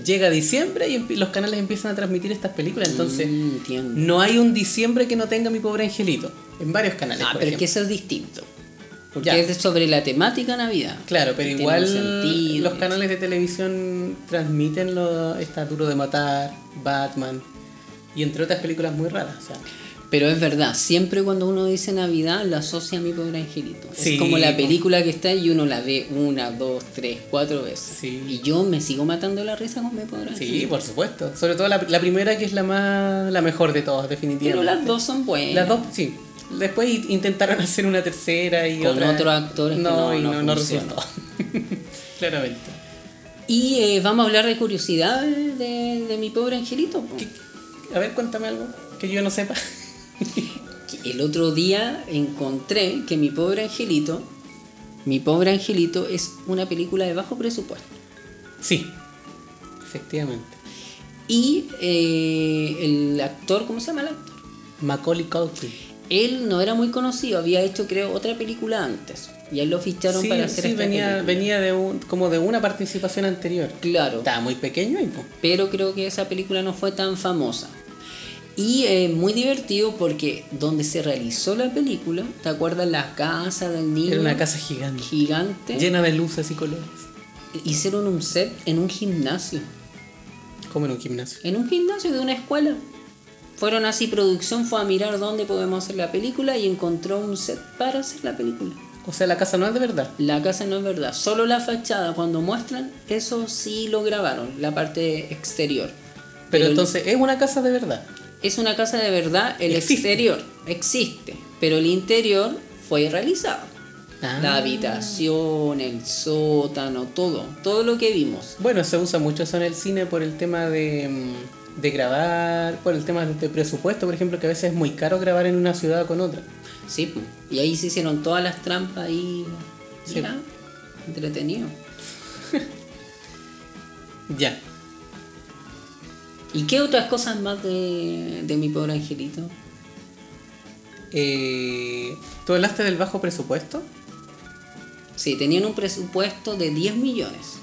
Llega diciembre y empi- los canales empiezan a transmitir estas películas, entonces Mm, entiendo. no hay un diciembre que no tenga mi pobre angelito. En varios canales. Ah, por pero es que ejemplo. eso es distinto. Porque Ya. es de- sobre la temática Navidad. Claro, pero Tiene un igual sentido, los canales de televisión transmiten lo, está Duro de Matar, Batman y entre otras películas muy raras. o sea. Pero es verdad, siempre cuando uno dice Navidad lo asocia a mi pobre angelito. Sí. Es como la película que está y uno la ve una, dos, tres, cuatro veces. Sí. Y yo me sigo matando la risa con mi pobre angelito. Sí, por supuesto. Sobre todo la, la primera que es la más la mejor de todas, definitivamente. Pero las dos son buenas. Las dos, sí. Después i- intentaron <laughs> hacer una tercera y Con otra. otros actores que No, no- y no no, no, funcionó. resultó. <laughs> Claramente. Y eh, vamos a hablar de curiosidades de, de mi pobre angelito. po. ¿Qué- a ver, cuéntame algo que yo no sepa. <laughs> Que El otro día encontré que mi pobre angelito, mi pobre angelito es una película de bajo presupuesto. sí, efectivamente. Y eh, el actor, ¿cómo se llama el actor? Macaulay Culkin. Él no era muy conocido, había hecho creo otra película antes. Y a él lo ficharon Sí, para hacer sí, esta venía, película. venía de un, como de una participación anterior. Claro. Estaba muy pequeño ahí, po. pero creo que esa película no fue tan famosa. Y eh, muy divertido porque donde se realizó la película, ¿te acuerdas la casa del niño? Era una casa gigante, gigante. llena de luces y colores. Hicieron un set en un gimnasio, Como en un gimnasio. en un gimnasio de una escuela. Fueron así, producción fue a mirar dónde podemos hacer la película y encontró un set para hacer la película. O sea, la casa no es de verdad. La casa no es verdad, solo la fachada cuando muestran, eso sí lo grabaron, la parte exterior. Pero, Pero el- entonces es una casa de verdad. Es una casa de verdad, el Existe. exterior existe, pero el interior fue realizado. Ah. La habitación, el sótano, todo, todo lo que vimos. Bueno, se usa mucho eso en el cine por el tema de, mm, de grabar, por el tema de presupuesto, por ejemplo, que a veces es muy caro grabar en una ciudad con otra. Sí, pu. y ahí se hicieron todas las trampas y Sí. ya, entretenido. Ya. ¿Y qué otras cosas más de, de mi pobre angelito? Eh, ¿Tú hablaste del bajo presupuesto? Sí, tenían un presupuesto de 10 millones.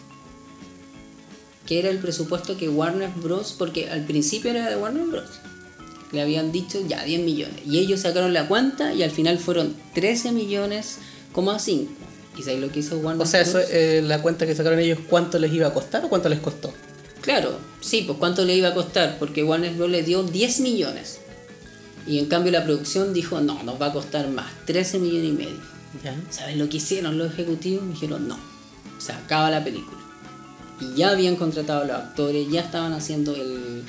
Que era el presupuesto que Warner Bros. Porque al principio era de Warner Bros. Le habían dicho ya 10 millones. Y ellos sacaron la cuenta y al final fueron 13 millones, coma 5. ¿Y sabes lo que hizo Warner O sea, Bros.? eso, eh, la cuenta que sacaron ellos, ¿cuánto les iba a costar o cuánto les costó? Claro, sí, pues cuánto le iba a costar. Porque Warner Bros. le dio 10 millones. Y en cambio la producción dijo, no, nos va a costar más, 13 millones y medio. Ya. ¿Sabes lo que hicieron los ejecutivos? Me dijeron, no, se acaba la película. Y ya habían contratado a los actores, ya estaban haciendo el,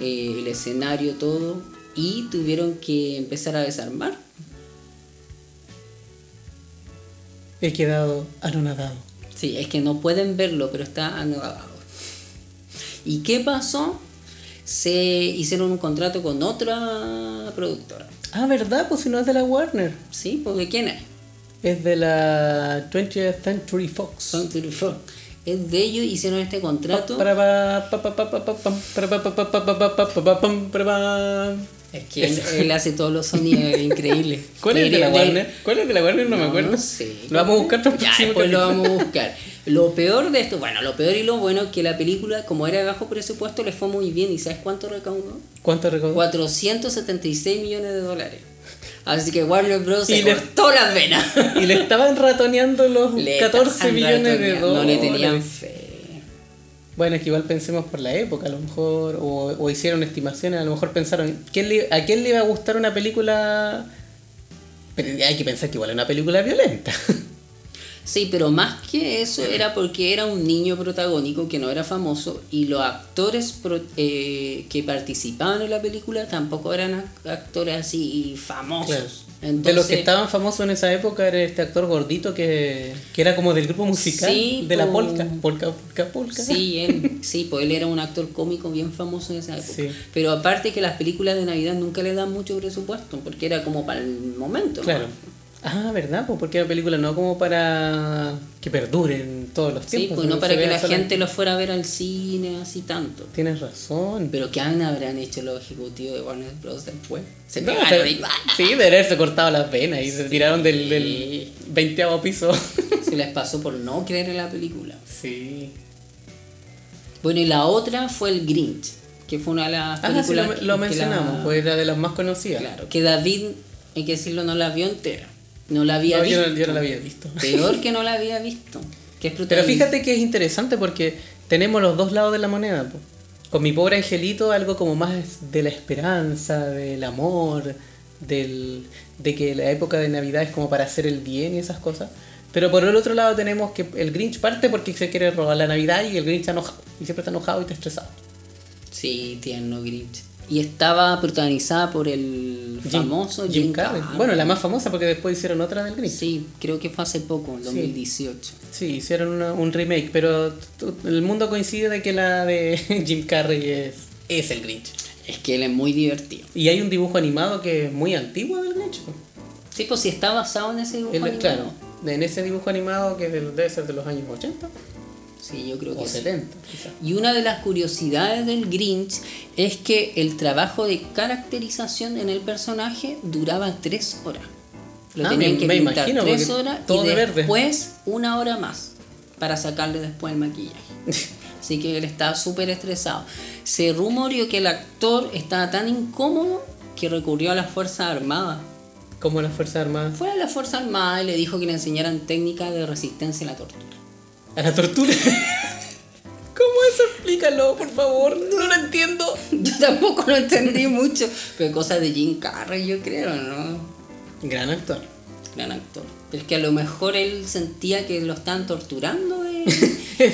eh, el escenario, todo, y tuvieron que empezar a desarmar. He quedado anonadado. Sí, es que no pueden verlo, pero está anodado. ¿Y qué pasó? Se hicieron un contrato con otra productora. Ah, ¿verdad? Pues si no es de la Warner. ¿Sí? Porque ¿quién es? Es de la 20th Century Fox. Son 34. Es de ellos, hicieron este contrato. Para pa, pa, pa, pa, pa, pa, pam, para pa, pa, pa, pa, pa, pa, pa, pa, pam, para pam. Es que él, él hace todos los sonidos es increíble. <laughs> ¿Cuál es el de la Le- le- Warner? ¿Cuál es el de la Warner? No, me acuerdo. No sé. Lo vamos a buscar para el Ya, pues, próximo después lo capítulo. vamos a buscar. Lo peor de esto, bueno, lo peor y lo bueno es que la película, como era de bajo presupuesto, le fue muy bien. ¿Y sabes cuánto recaudó? ¿Cuánto recaudó? 476 millones de dólares. Así que Warner Bros. Y se le- cortó las venas. <laughs> Y le estaban ratoneando los Le 14 estaban millones de ratoneando, dólares. No le tenían fe. Bueno, es que igual pensemos por la época, a lo mejor, o, o hicieron estimaciones, a lo mejor pensaron, ¿quién le- ¿a quién le iba a gustar una película? Pero hay que pensar que igual es una película violenta. Sí, pero más que eso era porque era un niño protagónico que no era famoso y los actores pro- eh, que participaban en la película tampoco eran ac- actores así famosos. de los que estaban famosos en esa época era este actor gordito que, que era como del grupo musical, Sí, de la po. polka, polka, polka, polka. Sí, él, sí, pues él era un actor cómico bien famoso en esa época. Sí. Pero aparte que las películas de Navidad nunca le dan mucho presupuesto porque era como para el momento. ¿no? Claro. Ah, ¿verdad? Pues porque era película no como para que perdure en todos los Sí, tiempos. pues no se para que vea la sola- gente lo fuera a ver al cine así tanto. Tienes razón. Pero ¿qué han habrán hecho los ejecutivos de Warner Bros. después? Se No, pegaron se- y ¡ah! sí, de haberse cortado las venas y se tiraron del, del 20 <laughs> piso. Se les pasó por no creer en la película. sí. Bueno, y la otra fue el Grinch, que fue una de las Ah, películas sí, lo, que- lo que mencionamos, la- pues era de las más conocidas. Claro, que David, hay que decirlo, no la vio entera. No la había No, yo, visto. no, yo no <laughs> la había visto. Peor que no la había visto. Que es Pero protagonista. fíjate que es interesante porque tenemos los dos lados de la moneda. po. Con mi pobre angelito, algo como más de la esperanza, del amor, del, de que la época de Navidad es como para hacer el bien y esas cosas. Pero por el otro lado tenemos que el Grinch parte porque se quiere robar la Navidad y el Grinch está enojado. Y siempre está enojado y está estresado. Sí, tierno Grinch. Y estaba protagonizada por el Jim- famoso Jim, Carrey. Bueno, la más famosa porque después hicieron otra del Grinch. Sí, Sí, creo que fue hace poco, en 2018. hicieron una- un remake, pero t- el mundo coincide de que la de <laughs> Jim Carrey es, es el Grinch. Es que él es muy divertido. Y hay un dibujo animado que es muy antiguo del Grinch. po. Sí, pues si está basado en ese dibujo Él- animado. Claro, en ese dibujo animado que es del- debe ser de los años 80 Sí, yo creo o que sí. 70, quizás. Y una de las curiosidades del Grinch es que el trabajo de caracterización en el personaje duraba tres horas. Lo Ah, tenían me- que me pintar imagino, tres porque horas todo y de verde. después una hora más para sacarle después el <laughs> maquillaje. Así que él estaba súper estresado. Se rumoreó que el actor estaba tan incómodo que recurrió a las Fuerzas Armadas. Como las Fuerzas Armadas. Fue a las Fuerzas Armadas y le dijo que le enseñaran técnicas de resistencia a la tortura. A la tortura. <laughs> ¿Cómo eso? Explícalo, por favor. No lo entiendo. <laughs> Yo tampoco lo entendí mucho, pero cosas de Jim Carrey, yo creo, ¿no? Gran actor. Gran actor. Pero es que a lo mejor él sentía que lo estaban <laughs> torturando. eh.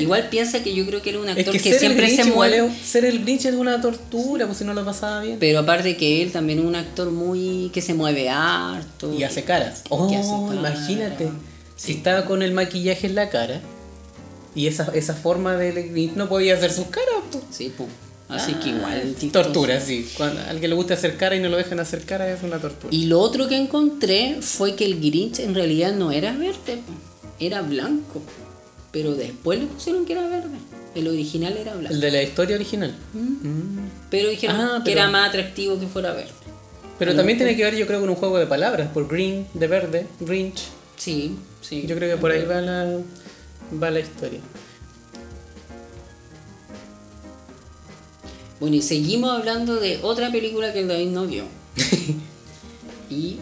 Igual piensa que yo creo que era un actor es que, que, ser siempre el Grinch se igual mueve. es- ser el Grinch es una tortura, pues si no lo pasaba bien. Pero aparte que él también es un actor muy. que se mueve harto. Y hace caras. Oh, hace caras. imagínate. Si estaba con el maquillaje en la cara y esa, esa forma del Grinch no podía hacer sus caras. pues. Sí, pum. Así que igual. chistoso. Ah, Tortura, sí. Cuando a alguien le gusta hacer cara y no lo dejan hacer cara es una tortura. Y lo otro que encontré fue que el Grinch en realidad no era verde, po. era blanco. Pero después le pusieron que era verde. El original era blanco. El de la historia original. Pero dijeron Ah, que pero- era más atractivo que fuera verde. Pero también tiene que ver, yo creo, con un juego de palabras. Por green, de verde, Grinch. Sí, sí. Yo creo que por ahí va la, va la historia. Bueno, y seguimos hablando de otra película que el David <laughs> no vio. y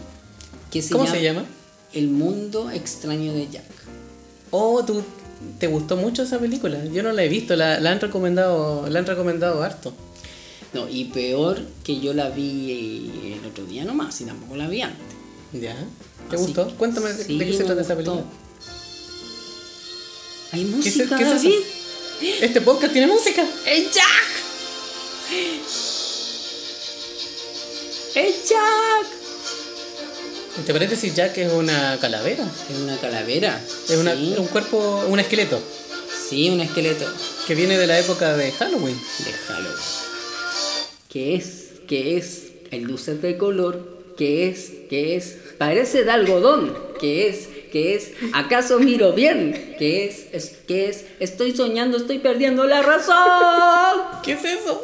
que se, ¿Cómo llama se llama? El mundo extraño de Jack. Oh, tú te gustó mucho esa película. Yo no la he visto, la, la han recomendado, la han recomendado harto. No, y peor que yo la vi eh, el otro día nomás, y tampoco la vi antes. ¿Ya? ¿Te Así- gustó? Cuéntame de- Ah, sí, de qué se me trata esa gustó. película. Hay ¿Qué es- música, qué es eso? David. Este podcast tiene música. ¡Es Jack! ¡Es Jack! ¿Te parece si Jack es una calavera? Es una calavera. Es una- sí, un cuerpo, un esqueleto sí, un esqueleto. que viene de la época de Halloween. de Halloween. ¿Qué es? ¿Qué es? El luces de color. ¿Qué es? ¿Qué es? Parece de algodón. ¿Qué es? ¿Qué es? ¿Acaso miro bien? ¿Qué es? es ¿Qué es? Estoy soñando, estoy perdiendo la razón. ¿Qué es eso?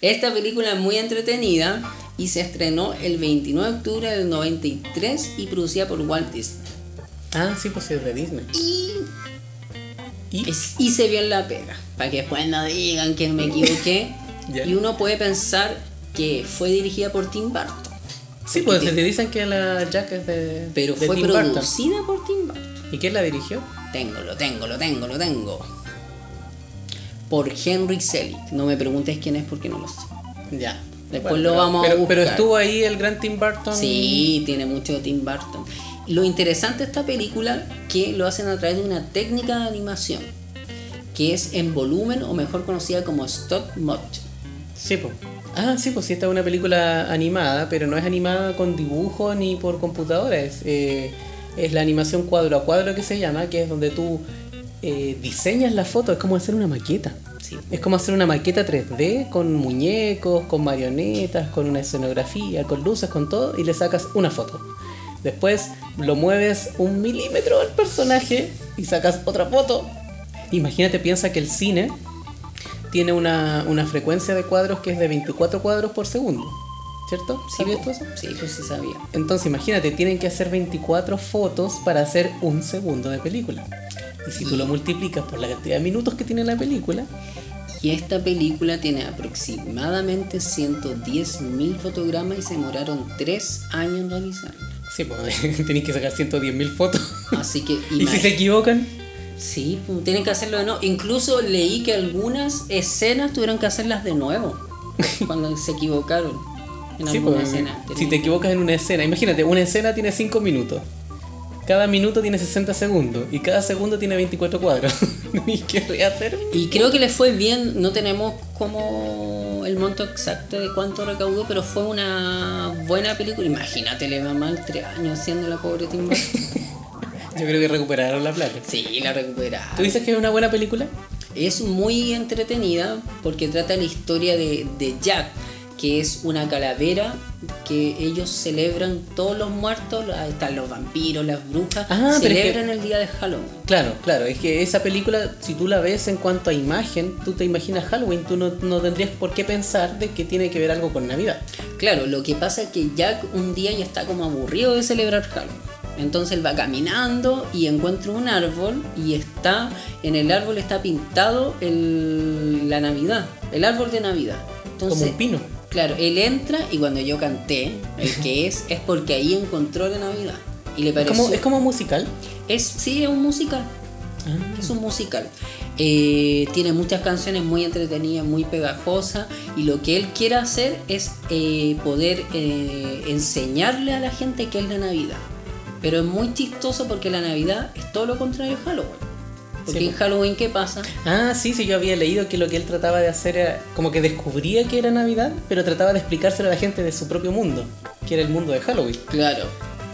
Esta película es muy entretenida y se estrenó el 29 de octubre del 93 y producida por Walt Disney. <laughs> Ah, sí, pues es de Disney. Y Y Es- hice bien la pega, para que después no digan que me equivoqué. <laughs> Ya. Y uno puede pensar que fue dirigida por Tim Burton, sí, pues te dicen que la Jack es de, pero de fue Tim Burton. producida por Tim Burton. ¿Y quién la dirigió? Tengo, lo tengo, lo tengo, lo tengo. Por Henry Selick. No me preguntes quién es porque no lo sé. Ya. Después Bueno, lo pero- vamos a pero- buscar. Pero estuvo ahí el gran Tim Burton. Sí, tiene mucho Tim Burton. Lo interesante de esta película que lo hacen a través de una técnica de animación que es en volumen o mejor conocida como stop motion. Sí, pues. Ah, sí, pues sí, esta es una película animada, pero no es animada con dibujo ni por computadora. Es, eh, es la animación cuadro a cuadro que se llama, que es donde tú eh, diseñas la foto. Es como hacer una maqueta. Sí. Es como hacer una maqueta 3D con muñecos, con marionetas, con una escenografía, con luces, con todo, y le sacas una foto. Después lo mueves un milímetro al personaje y sacas otra foto. Imagínate, piensa que el cine tiene una, una frecuencia de cuadros que es de 24 cuadros por segundo. ¿Cierto? ¿Sabías tú eso? Sí, pues sí sabía. Entonces imagínate, tienen que hacer 24 fotos para hacer un segundo de película. Y si tú lo multiplicas por la cantidad de minutos que tiene la película, Y esta película tiene aproximadamente 110.000 fotogramas y se demoraron 3 años <laughs> en realizarla. sí, pues, tenéis que sacar 110.000 fotos. Así que Y si se equivocan, Sí, pues, tienen que hacerlo de nuevo. Incluso leí que algunas escenas tuvieron que hacerlas de nuevo <laughs> cuando se equivocaron en sí, alguna pues, escena. si te equivocas en una escena, imagínate, una escena tiene 5 minutos. Cada minuto tiene 60 segundos y cada segundo tiene 24 cuadros. <laughs> ¿Y qué rehacer? Y creo que les fue bien, no tenemos como el monto exacto de cuánto recaudó, pero fue una buena película. Imagínate, le va mal tres años haciendo la pobre <laughs> Tim Burton. Yo creo que recuperaron la plata. Sí, la recuperaron. ¿Tú dices que es una buena película? Es muy entretenida porque trata la historia de, de Jack, que es una calavera que ellos celebran todos los muertos, la- están los vampiros, las brujas, Ah, pero es celebran el día de Halloween. Claro, claro, es que esa película, si tú la ves en cuanto a imagen, tú te imaginas Halloween, tú no, no tendrías por qué pensar de que tiene que ver algo con Navidad. Claro, lo que pasa es que Jack un día ya está como aburrido de celebrar Halloween. Entonces él va caminando y encuentra un árbol y está, en el árbol está pintado el- la Navidad, el árbol de Navidad. Entonces, como un pino. Claro, él entra y cuando yo canté, el <laughs> que es, es porque ahí encontró la Navidad. Y le Es pareció. como, es como Ah. musical. es- sí, es un musical. Es un musical. Eh, tiene muchas canciones muy entretenidas, muy pegajosas. Y lo que él quiere hacer es eh, poder eh, enseñarle a la gente que es la Navidad. Pero es muy chistoso porque la Navidad es todo lo contrario a Halloween. Porque Sí, en Halloween, ¿qué pasa? Ah, sí, sí, yo había leído que lo que él trataba de hacer era como que descubría que era Navidad, pero trataba de explicárselo a la gente de su propio mundo, que era el mundo de Halloween. Claro,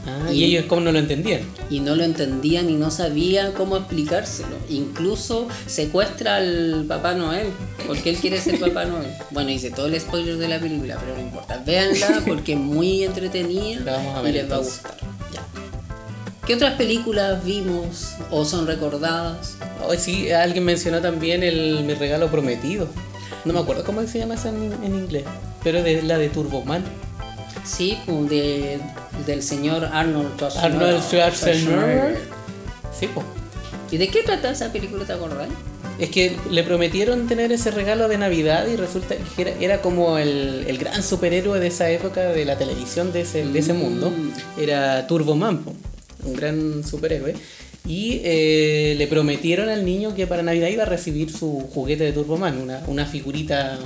Ah, y ellos como no lo entendían. y no lo entendían y no sabía cómo explicárselo. Incluso secuestra al Papá Noel, porque él quiere ser Papá Noel. Bueno, hice todo el spoiler de la película, pero no importa. Véanla porque es muy entretenida La vamos a ver y les va a entonces. gustar. Ya. ¿Qué otras películas vimos o son recordadas? Hoy Oh, sí, alguien mencionó también el Mi Regalo Prometido. No me acuerdo cómo se llama esa en, en inglés, pero de la de Turboman. Sí, pues, de, del señor Arnold Schwarzenegger. Arnold Schwarzenegger. Sí, po. ¿Y de qué trata esa película, te acordás? Es que le prometieron tener ese regalo de Navidad y resulta que era, era como el, el gran superhéroe de esa época de la televisión de ese, de ese Mm. mundo. Era Turbo Man, po, un gran superhéroe. Y eh, le prometieron al niño que para Navidad iba a recibir su juguete de Turbo Man, una, una figurita,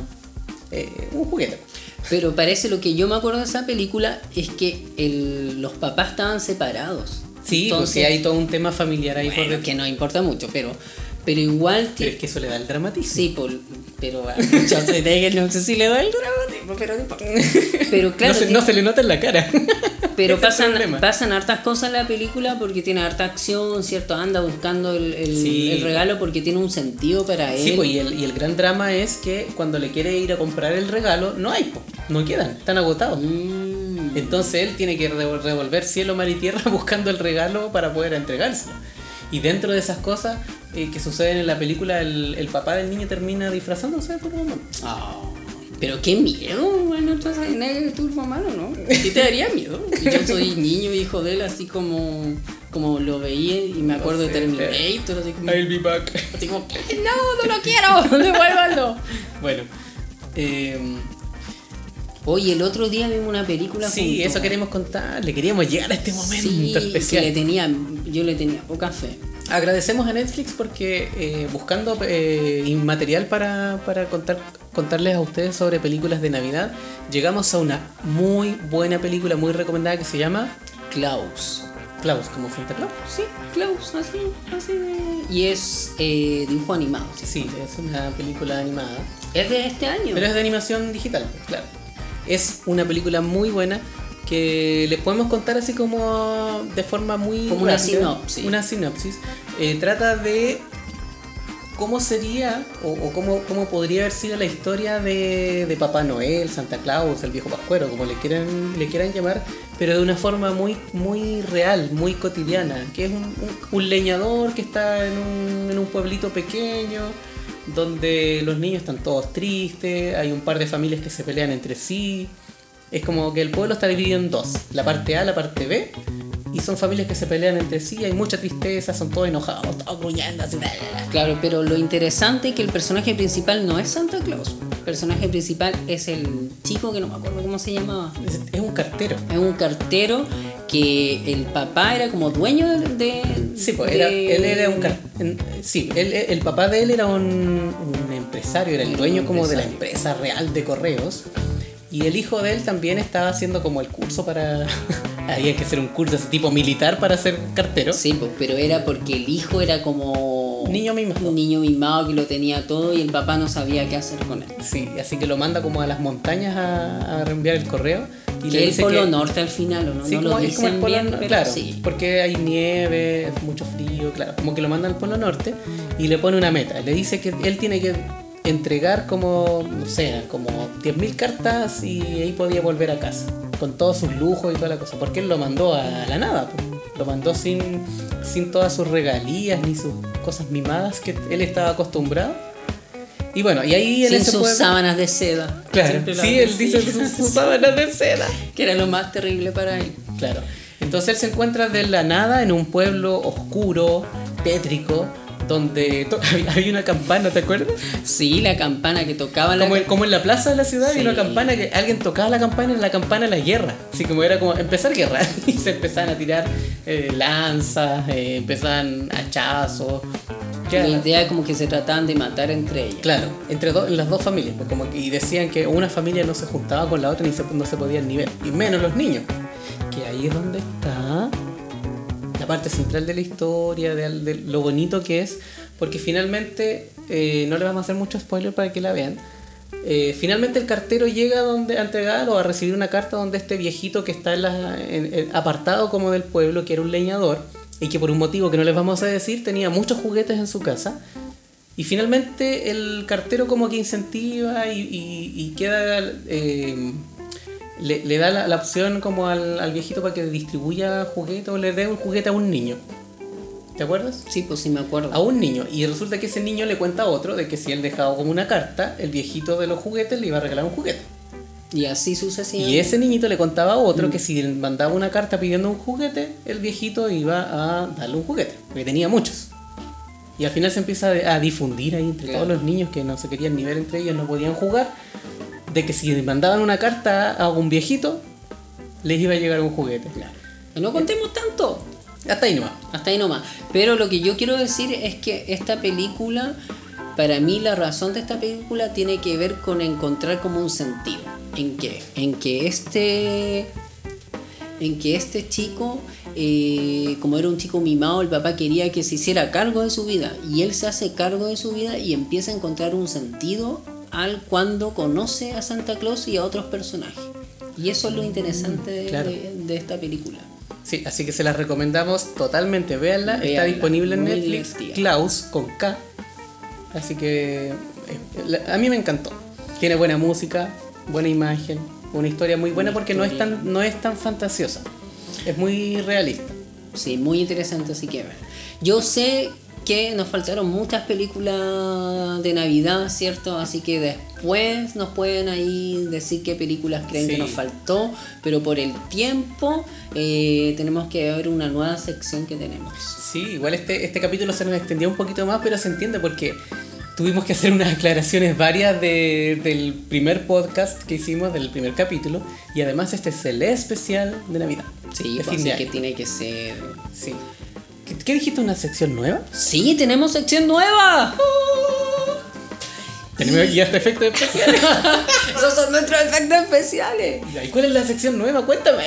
eh, un juguete. Pero parece lo que yo me acuerdo de esa película es que el- los papás estaban separados. Sí, porque hay todo un tema familiar ahí por bueno, detrás. que no importa mucho, pero pero igual Pero ti- es que eso le da el dramatismo. <laughs> sí, por, pero ah, a Schwarzenegger no sé si le da el dramatismo, pero no importa. Pero claro, no, se, ti- no se le nota en la cara. pero ese es el pasan problema. pasan hartas cosas en la película porque tiene harta acción, cierto, anda buscando el, el- Sí. el regalo porque tiene un sentido para él. Sí, pues, y, el, y el gran drama es que cuando le quiere ir a comprar el regalo, no hay, po, no quedan, están agotados. Mm. Entonces él tiene que revol- revolver cielo, mar y tierra <laughs> buscando el regalo para poder entregárselo. Y dentro de esas cosas eh, que suceden en la película, el, el papá del niño termina disfrazándose de Turbo Man. Ah, Pero qué miedo, bueno, Schwarzenegger turbo malo, ¿no? ¿Qué te daría miedo? Yo soy niño, hijo de él, así como, como lo veía y me acuerdo sé, de Terminator, así como, be back. así como, ¿qué? no, no lo <laughs> quiero, devuélvanlo. Bueno, eh, Oye, el otro día vimos una película sí, juntos. eso queremos contar. Le queríamos llegar a este momento Sí, que especial. le tenía, yo le tenía poca fe. Agradecemos a Netflix porque eh, buscando eh, y material para, para contar, contarles a ustedes sobre películas de Navidad, llegamos a una muy buena película, muy recomendada que se llama Klaus. Klaus, como Santa Claus. Sí, Klaus, así, así de... Y es eh, dibujo animado. sí. Sí, es una película animada. Es de este año. Pero es de animación digital, pues, claro. Es una película muy buena que les podemos contar así como de forma muy... Como una rápida. sinopsis. Una sinopsis. Eh, trata de ¿Cómo sería o, o cómo, cómo podría haber sido la historia de, de Papá Noel, Santa Claus, el viejo Pascuero, como le quieran, le quieran llamar, pero de una forma muy, muy real, muy cotidiana? Que es un, un- un leñador que está en un, en un pueblito pequeño, donde los niños están todos tristes, hay un par de familias que se pelean entre sí. Es como que el pueblo está dividido en dos, la parte A, la parte B, y son familias que se pelean entre sí, hay mucha tristeza, son todos enojados, todos gruñendo así. bla, bla, bla. Claro, pero lo interesante es que el personaje principal no es Santa Claus. El personaje principal es el chico que no me acuerdo cómo se llamaba. Es, es un cartero. Es un cartero que el papá era como dueño de. de- Sí, pues era- de- él era un car- en- Sí, él- el papá de él era un, un empresario, era el Era dueño un como de la empresario. empresa real de correos. Y el hijo de él también estaba haciendo como el curso para... <laughs> Había que hacer un curso así tipo militar para ser cartero. Sí, pues, pero era porque el hijo era como. Niño mimado. Un niño mimado que lo tenía todo y el papá no sabía qué hacer con él. Sí, así que lo manda como a las montañas a, a reenviar el correo. Y Y le el dice Polo que- Norte al final, ¿o ¿no? Sí, no como, lo es como el dicen Polo bien, Norte, pero claro, sí. porque hay nieve, es mucho frío, claro, como que lo mandan al Polo Norte y le pone una meta, le dice que él tiene que entregar como, no sé, como 10.000 cartas y ahí podía volver a casa, con todos sus lujos y toda la cosa, porque él lo mandó a la nada, pues, lo mandó sin, sin todas sus regalías ni sus cosas mimadas que él estaba acostumbrado. Y bueno, y ahí en Sin ese sus pueblo- sábanas de seda. Claro, Siempre lo sí, habla él así. dice sus, sus sábanas de seda. que era lo más terrible para él. Claro. Entonces él se encuentra de la nada en un pueblo oscuro, tétrico, donde to- <laughs> había una campana, ¿te acuerdas? Sí, la campana que tocaba la Como en, como en la plaza de la ciudad había Sí. una campana que alguien tocaba la campana y la campana de la guerra. Así como era como empezar guerra. <laughs> Y se empezaban a tirar eh, lanzas, eh, empezaban hachazos. Ya, La idea como que se trataban de matar entre ellos. Claro, entre dos- las dos familias. pues, como que- y decían que una familia no se juntaba con la otra ni se, no se podían ni ver. Y menos los niños. Que ahí es donde está la parte central de la historia, de, de lo bonito que es, porque finalmente, eh, no le vamos a hacer mucho spoiler para que la vean, eh, finalmente el cartero llega donde, a entregar o a recibir una carta donde este viejito que está en la- en- en- apartado como del pueblo, que era un leñador, y que por un motivo que no les vamos a decir, tenía muchos juguetes en su casa. Y finalmente el cartero como que incentiva y, y- y queda... eh, le, le da la, la opción como al, al viejito para que distribuya juguete o le dé un juguete a un niño. ¿Te acuerdas? Sí, pues sí me acuerdo. A un niño. Y resulta que ese niño le cuenta a otro de que si él dejaba como una carta, el viejito de los juguetes le iba a regalar un juguete. Y así sucesivamente. Y ese niñito le contaba a otro que si él mandaba una carta pidiendo un juguete, el viejito iba a darle un juguete, porque tenía muchos. Y al final se empieza a a difundir ahí entre Claro. todos los niños que no se querían ni ver entre ellos, no podían jugar, de que si mandaban una carta a un viejito, les iba a llegar un juguete. No contemos tanto. Hasta ahí nomás. Hasta ahí nomás. Pero lo que yo quiero decir es que esta película, para mí la razón de esta película tiene que ver con encontrar como un sentido. ¿En qué? En que este... En que este chico, eh, como era un chico mimado, el papá quería que se hiciera cargo de su vida. Y él se hace cargo de su vida y empieza a encontrar un sentido al cuando conoce a Santa Claus y a otros personajes. Y eso es lo interesante de- Claro. de- de esta película. Sí, así que se las recomendamos totalmente. Véanla, está Véanla, disponible en muy Netflix. divertida. Klaus con K. Así que eh, la- a mí me encantó. Tiene buena música, buena imagen, una historia muy buena porque no es tan no es tan fantasiosa. Es muy realista. Sí, muy interesante, así que bueno. Yo sé que nos faltaron muchas películas de Navidad, ¿cierto? Así que después nos pueden ahí decir qué películas creen Sí. que nos faltó, pero por el tiempo eh, tenemos que ver una nueva sección que tenemos. Sí, igual este, este capítulo se nos extendió un poquito más, pero se entiende porque tuvimos que hacer unas aclaraciones varias de- del primer podcast que hicimos, del primer capítulo, y además este es el especial de Navidad. Sí, de pues, fin así de que año. tiene que ser... Sí. ¿Qué, qué dijiste? ¿Una sección nueva? Sí, tenemos sección nueva. <laughs> Tenemos aquí hasta efectos <laughs> especiales. Esos son nuestros efectos especiales. ¿Y cuál es la sección nueva? Cuéntame.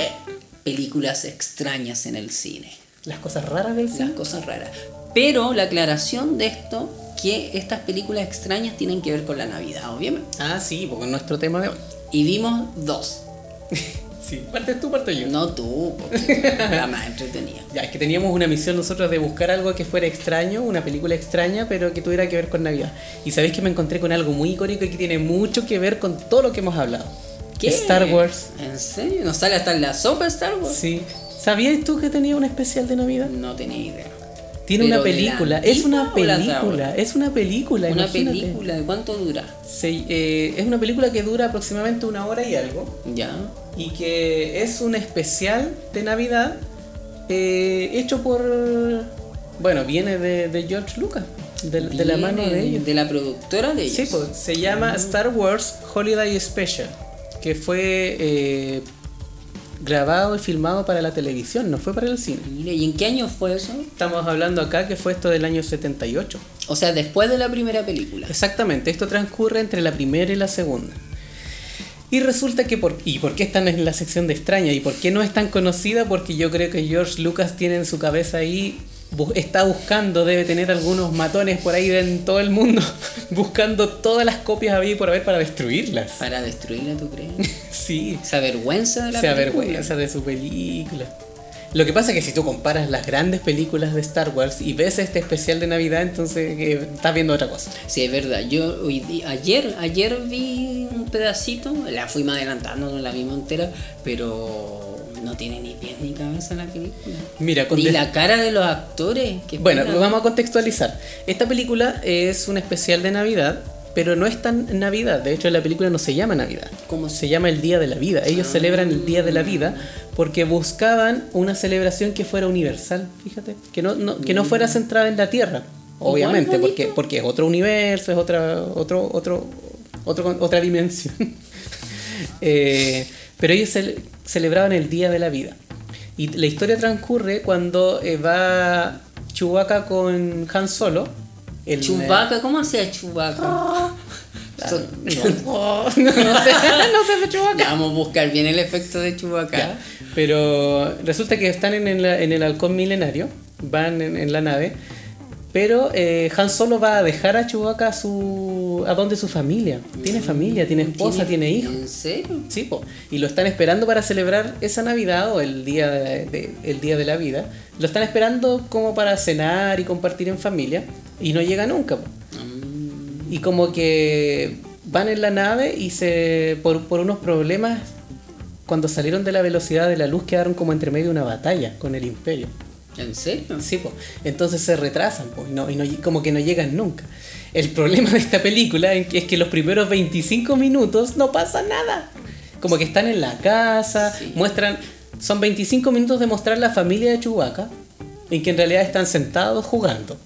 Películas extrañas en el cine. Las cosas raras del las cine. cosas raras. Pero la aclaración de esto, que estas películas extrañas tienen que ver con la Navidad, obviamente. Ah, sí, porque es nuestro tema de hoy. Y vimos dos. Sí, partes tú, parto yo. No tú, <laughs> porque la más entretenida. Ya, es que teníamos una misión nosotros de buscar algo que fuera extraño, una película extraña, pero que tuviera que ver con Navidad. Y sabéis que me encontré con algo muy icónico y que tiene mucho que ver con todo lo que hemos hablado. ¿Qué? Star Wars. ¿En serio? ¿No sale hasta en la sopa Star Wars? Sí. ¿Sabías tú que tenía un especial de Navidad? No tenía idea. Tiene Pero una de la película, es una antigua o la de película, ahora? es una película. Una imagínate. película, ¿de cuánto dura? Sí, eh, es una película que dura aproximadamente una hora y algo. Ya. y que es un especial de Navidad eh, hecho por. Bueno, viene de, de George Lucas, de, de la mano de Viene ellos. De la productora de ellos. Mm. Sí, pues, se llama Star Wars Holiday Special, que fue eh, grabado y filmado para la televisión, no fue para el cine. Mira, ¿y en qué año fue eso? Estamos hablando acá que fue esto del año 78. O sea, después de la primera película. Exactamente, esto transcurre entre la primera y la segunda. Y resulta que, por, ¿y por qué están en la sección de extraña? ¿Y por qué no es tan conocida? Porque yo creo que George Lucas tiene en su cabeza ahí, bu- está buscando, debe tener algunos matones por ahí en todo el mundo, <laughs> buscando todas las copias había y por haber para destruirlas. Para destruirla, ¿tú crees? Sí, Se avergüenza de la se película. avergüenza de su película. Lo que pasa es que si tú comparas las grandes películas de Star Wars y ves este especial de Navidad, entonces eh, estás viendo otra cosa. Sí, es verdad. Yo hoy di- ayer, ayer vi un pedacito, la fuimos adelantando, no la vimos entera, pero no tiene ni pies ni cabeza la película. Mira, con Ni des- la cara de los actores. qué Bueno, pena. lo vamos a contextualizar. Esta película es un especial de Navidad, pero no es tan Navidad. De hecho, la película no se llama Navidad. ¿Cómo Se llama el Día de la Vida. Ellos celebran el Día de la Vida porque buscaban una celebración que fuera universal, fíjate. Que no, no- que no fuera centrada en la Tierra, obviamente, bonito. porque, porque es otro universo, es otra, otro, otro, otro, otra dimensión. <laughs> Eh, pero ellos cele- celebraban el Día de la Vida. Y la historia transcurre cuando eh, va Chewbacca con Han Solo. El, <laughs> Ah, Chewbacca, ¿cómo hacía Chewbacca? eh, Son- <laughs> no, no sé, no sé <laughs> de Chewbacca. Ya vamos a buscar bien el efecto de Chewbacca. Ya, Pero resulta que están en, el- en el halcón milenario, van en, en la nave, pero eh, Han Solo va a dejar a Chewbacca a, su, a donde su familia. Tiene familia, Mm, tiene esposa, tiene, hijos. ¿En serio? Sí, po. y lo están esperando para celebrar esa Navidad o el día de, de- el día de la vida. Lo están esperando como para cenar y compartir en familia y no llega nunca. po. Y como que van en la nave y se por, por unos problemas cuando salieron de la velocidad de la luz quedaron como entre medio de una batalla con el imperio. ¿En serio? Sí, po. entonces se retrasan po, y no, y no lle- como que no llegan nunca. El problema de esta película en que- es que los primeros 25 minutos no pasa nada. Como que están en la casa, Sí. muestran... Son 25 minutos de mostrar la familia de Chewbacca, en que en realidad están sentados jugando.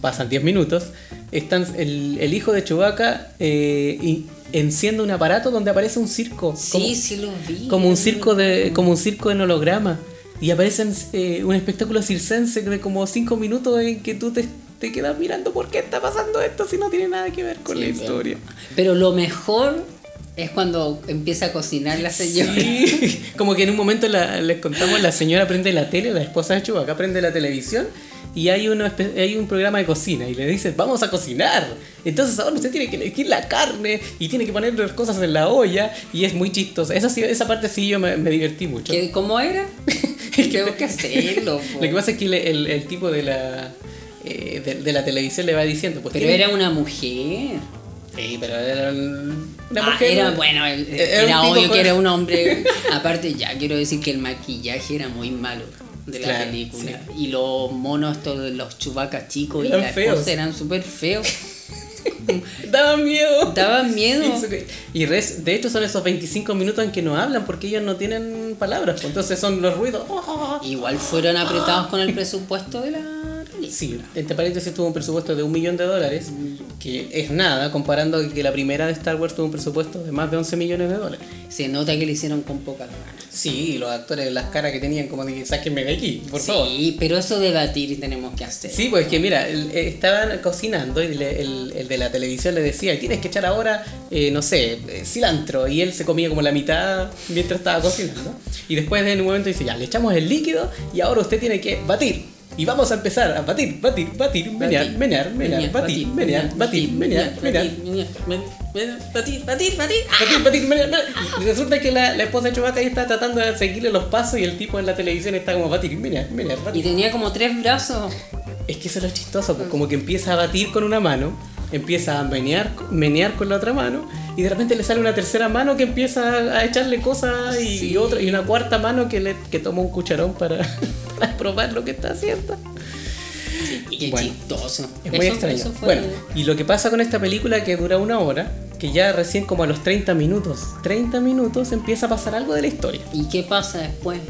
Pasan 10 minutos. Están, el, el hijo de Chewbacca eh, y enciende un aparato donde aparece un circo. Sí, como- sí lo vi. como un circo de como un circo en holograma y aparecen eh, un espectáculo circense de como 5 minutos en que tú te, te quedas mirando por qué está pasando esto si no tiene nada que ver con Sí, la pues. es historia Pero lo mejor es cuando empieza a cocinar la señora. Sí. <laughs> como que en un momento la- les contamos la señora prende la tele la esposa de Chewbacca prende la televisión y hay, uno espe- hay un programa de cocina y le dicen vamos a cocinar entonces ahora usted tiene que elegir la carne y tiene que poner las cosas en la olla y es muy chistoso esa, sí- esa parte sí yo me, me divertí mucho ¿Qué- <laughs> ¿Cómo era? Tengo que hacerlo. po. Lo que pasa es que le- el, el tipo de la, eh, de, de la televisión le va diciendo, pues Pero tiene- era una mujer. Sí, pero era un- una Ah, mujer. Eh, era bueno, el- Era era, un tipo obvio con- que era <laughs> un hombre. Aparte, ya quiero decir que el maquillaje era muy malo de la Claro, película. Y los monos, estos de los chubacas chicos y Eran las feos. cosas eran súper feos. <laughs> Daba miedo. Daba <laughs> miedo. Y su- Y res- de hecho son esos 25 minutos en que no hablan porque ellos no tienen palabras. pues, Entonces son los ruidos. <laughs> Igual fueron apretados con el presupuesto de la película. Sí, entre paréntesis tuvo un presupuesto de un millón de dólares, que es nada comparando que la primera de Star Wars tuvo un presupuesto de más de 11 millones de dólares. Se nota que le hicieron con pocas ganas. Sí, los actores, las caras que tenían como de sáquenme de aquí, por favor. Sí, pero eso debatir tenemos que hacer. Sí, pues que mira, el- eh, estaban cocinando y le- el, el de la televisión le decía, tienes que echar ahora, eh, no sé, eh, cilantro. Y él se comía como la mitad mientras estaba cocinando. Y después en un momento dice, ya, le echamos el líquido y ahora usted tiene que batir. Y vamos a empezar a batir, batir, batir, menear, menear, menear, batir, menear, batir, menear, menear. Batir, batir, batir. Batir, batir, menear, menear. Y resulta que la, la esposa de Chewbacca ahí está tratando de seguirle los pasos y el tipo en la televisión está como batir, menear, menear, Y batir. tenía como tres brazos. Es que eso es lo chistoso, Mm. pues, como que empieza a batir con una mano, empieza a menear, menear con la otra mano, y de repente le sale una tercera mano que empieza a, a echarle cosas y, Sí. y otra, y una cuarta mano que, le, que toma un cucharón para, <laughs> para probar lo que está haciendo. Y qué Bueno. chistoso. Es muy Eso- extraño. eso fue- Bueno, y lo que pasa con esta película que dura una hora, que ya recién como a los 30 minutos, 30 minutos empieza a pasar algo de la historia. ¿Y qué pasa después?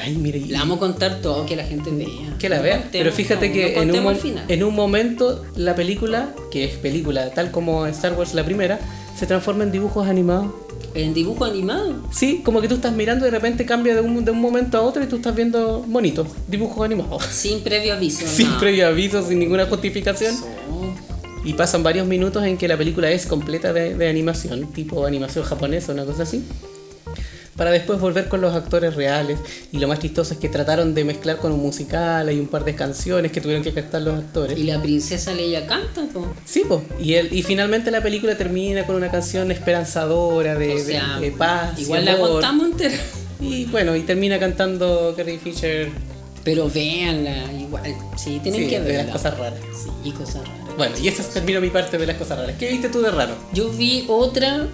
Ay, mire, y- La vamos a contar todo que la gente vea. que la No vea. contemos, Pero fíjate no, que no en, un, eh, contemos mo- al final. en un momento la película, que es película tal como Star Wars la primera, se transforma en dibujos animados. En dibujo animado. Sí, como que tú estás mirando y de repente cambia de un, de un momento a otro y tú estás viendo monitos, dibujos animados. <laughs> Sin previo aviso. Sin no. previo aviso, sin ninguna justificación. No. Y pasan varios minutos en que la película es completa de, de animación, tipo animación japonesa, una cosa así. Para después volver con los actores reales. Y lo más chistoso es que trataron de mezclar con un musical, hay un par de canciones que tuvieron que cantar los actores. Y la princesa Leia canta, po. Sí, po. Y, el, y finalmente la película termina con una canción esperanzadora de, O de- sea, de Eh, paz. y igual la amor. contamos entera. Y bueno, y termina cantando Carrie Fisher. Pero véanla, igual. Sí, tienen sí, que de verla. las cosas raras. Sí, y cosas raras. Bueno, y esa termina mi parte de las cosas raras. ¿Qué viste tú de raro? Yo vi otra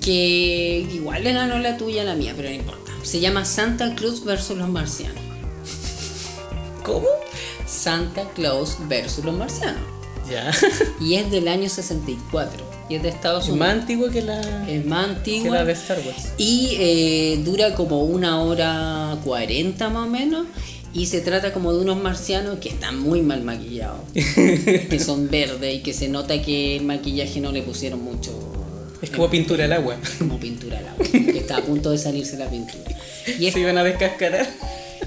que igual le ganó la tuya a la mía, pero no importa. Se llama Santa Claus versus los marcianos. ¿Cómo? Santa Claus versus los marcianos. <laughs> Ya. Y es del año 64. Y es de Estados Es Unidos. más antiguo que la. es más que antigua. la de Star Wars. Y eh, dura como una hora cuarenta más o menos. Y se trata como de unos marcianos que están muy <laughs> mal maquillados. que son verdes y que se nota que el maquillaje no le pusieron mucho. Es como pintura al agua. Como pintura al agua. Que está a punto de salirse la pintura. Y <laughs> es Se iban a descascarar.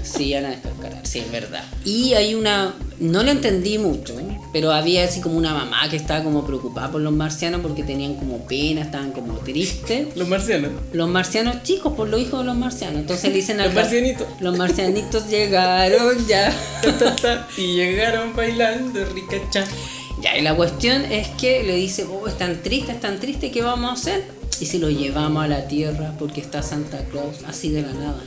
Sí, van a descascarar, sí, es verdad. Y hay una. No lo entendí mucho, ¿eh? pero había así como una mamá que estaba como preocupada por los marcianos porque tenían como pena, estaban como tristes. Los marcianos. Los marcianos chicos, por los hijos de los marcianos. Entonces le dicen a Los marcianitos. Los marcianitos llegaron ya. Ta, ta, ta. y llegaron bailando, ricacha. Ya, y la cuestión es que le dice, oh, están tristes, están tristes, ¿qué vamos a hacer? Y si lo llevamos a la tierra porque está Santa Claus, así de la nada.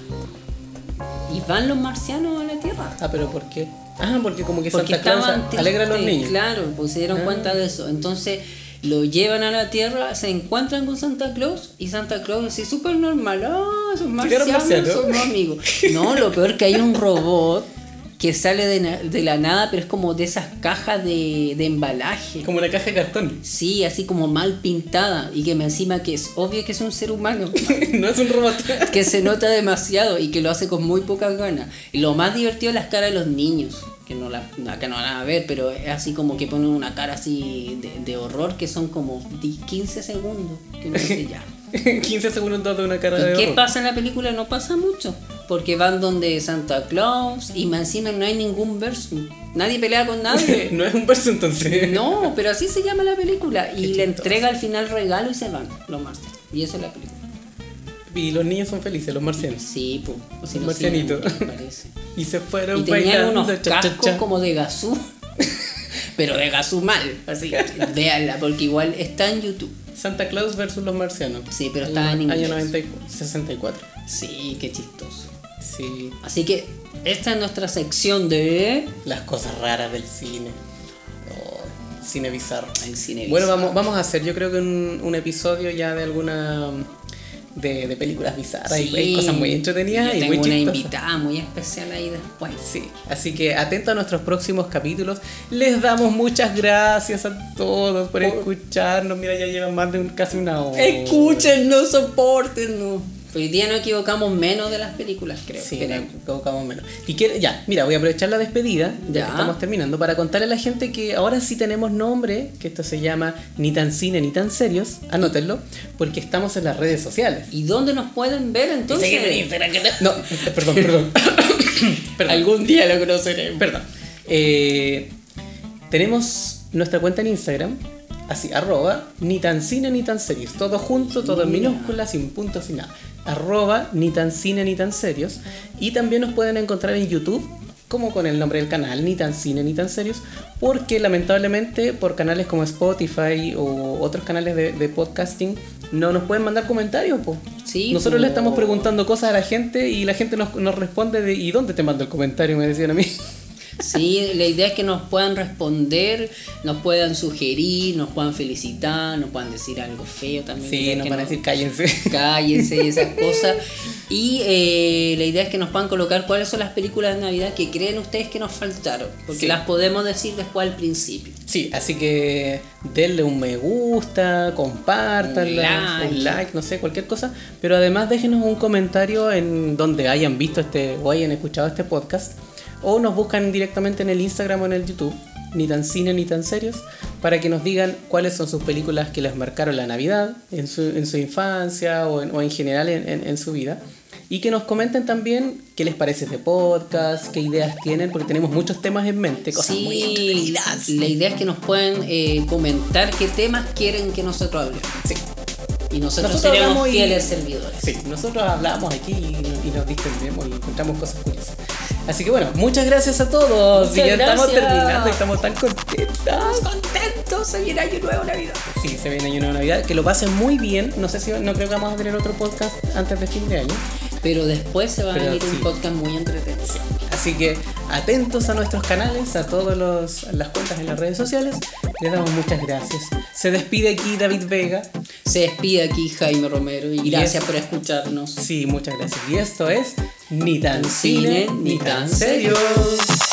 Y van los marcianos a la tierra. Ah, pero ¿por qué? Ah, porque como que Porque Santa Claus estaban tristes, alegra a los niños. Ah. Claro, pues se dieron cuenta de eso. Entonces lo llevan a la tierra, se encuentran con Santa Claus y Santa Claus así súper normal. Ah, son Llegaron marcianos, marcianos. somos <laughs> amigos. No, lo peor que hay un robot que sale de, na- de la nada, pero es como de esas cajas de, de embalaje. Como una caja de cartón. <laughs> Sí, así como mal pintada y que me encima que es obvio que es un ser humano <laughs> no es un robot. <laughs> que se nota demasiado y que lo hace con muy pocas ganas. Y lo más divertido es las caras de los niños, que no la, acá no la van a ver, pero es así como que ponen una cara así de, de horror que son como 10, 15 segundos, que uno dice <laughs> ya. 15 segundos de una cara de ¿Y qué horror. pasa en la película? No pasa mucho, porque van donde Santa Claus y más encima no hay ningún verso, nadie pelea <laughs> con nadie. no es un verso entonces. <laughs> No, pero así se llama la película y le entrega al final regalo y se van, lo más. Y eso es la película. Y los niños son felices, los marcianos. Sí, pues. O si Un no, sí, marcianito. me <laughs> parece. Y se fueron Y tenían bailando, unos cha, cha, cascos cha. como de gasú. <laughs> Pero de gasú mal. Así que véanla, porque igual está en YouTube. Santa Claus versus los marcianos. Sí, pero está en Año inglés. 94, 64. Sí, qué chistoso. Sí. Así que esta es nuestra sección de. Las cosas raras del cine. Oh, cine bizarro. El cine Bueno, bizarro. vamos, vamos a hacer, yo creo que un, un episodio ya de alguna. de, de películas bizarras. y hay cosas muy entretenidas Yo y tengo muy una chistosas. invitada muy especial ahí después. Sí, así que atento a nuestros próximos capítulos. Les damos muchas gracias a todos por, escucharnos. Mira, ya llevan más de un- casi una hora. Escúchenos, soportenos. Hoy día no equivocamos menos de las películas, creo. Sí, creo. no, provocamos menos. Y quiero- ya, mira, voy a aprovechar la despedida, ya, Ya. que estamos terminando, para contarle a la gente que ahora sí tenemos nombre, que esto se llama Ni tan cine ni tan serios, anótenlo, porque estamos en las redes sociales. ¿Y dónde nos pueden ver entonces? No, <laughs> perdón, perdón. perdón. Algún día lo conoceremos. Perdón. Eh, tenemos nuestra cuenta en Instagram, así, arroba, ni tan cine ni tan serios. Todo junto, todo en Mira. minúsculas, sin puntos, sin nada. Arroba, ni tan cine ni tan serios. Y también nos pueden encontrar en YouTube como con el nombre del canal, ni tan cine ni tan serios, porque lamentablemente por canales como Spotify o otros canales de, de podcasting no nos pueden mandar comentarios. po. Sí, Nosotros le po. estamos preguntando cosas a la gente y la gente nos, nos responde de ¿y dónde te mando el comentario? Me decían a mí. Sí, la idea es que nos puedan responder, nos puedan sugerir, nos puedan felicitar, nos puedan decir algo feo también. Sí, quizás nos que van a no- decir cállense. cállense y esas cosas. Y eh, la idea es que nos puedan colocar cuáles son las películas de Navidad que creen ustedes que nos faltaron, porque Sí. las podemos decir después al principio. Sí, así que denle un me gusta, compártanla, Un like. un like, no sé, cualquier cosa. Pero además déjenos un comentario en donde hayan visto este o hayan escuchado este podcast. O nos buscan directamente en el Instagram o en el YouTube, ni tan cine ni tan serios, para que nos digan cuáles son sus películas que les marcaron la Navidad en su, en su infancia o en, o en general en- en- en su vida. Y que nos comenten también qué les parece este podcast, qué ideas tienen, porque tenemos muchos temas en mente, cosas muy Sí, entretenidas. la idea es que nos puedan eh, comentar qué temas quieren que nosotros hablemos. Sí. Y nosotros, Nosotros seremos hablamos y- fieles servidores. Sí, nosotros hablamos aquí y, y nos distendemos y encontramos cosas curiosas. Así que bueno, muchas gracias a todos. Muchas y ya estamos gracias. terminando y estamos tan contentos. Contentos, se viene Año Nuevo Navidad. Sí, se viene año nuevo navidad. Que lo pasen muy bien. No sé si no creo que vamos a tener otro podcast antes de fin de año. Pero después se va Pero a venir sí. un podcast muy entretenido. Así que atentos a nuestros canales, a todas las cuentas en las redes sociales. Les damos muchas gracias. Se despide aquí David Vega. Se despide aquí Jaime Romero y Y gracias es- por escucharnos. Sí, muchas gracias. Y esto es Ni tan Tan cine, ni tan serios.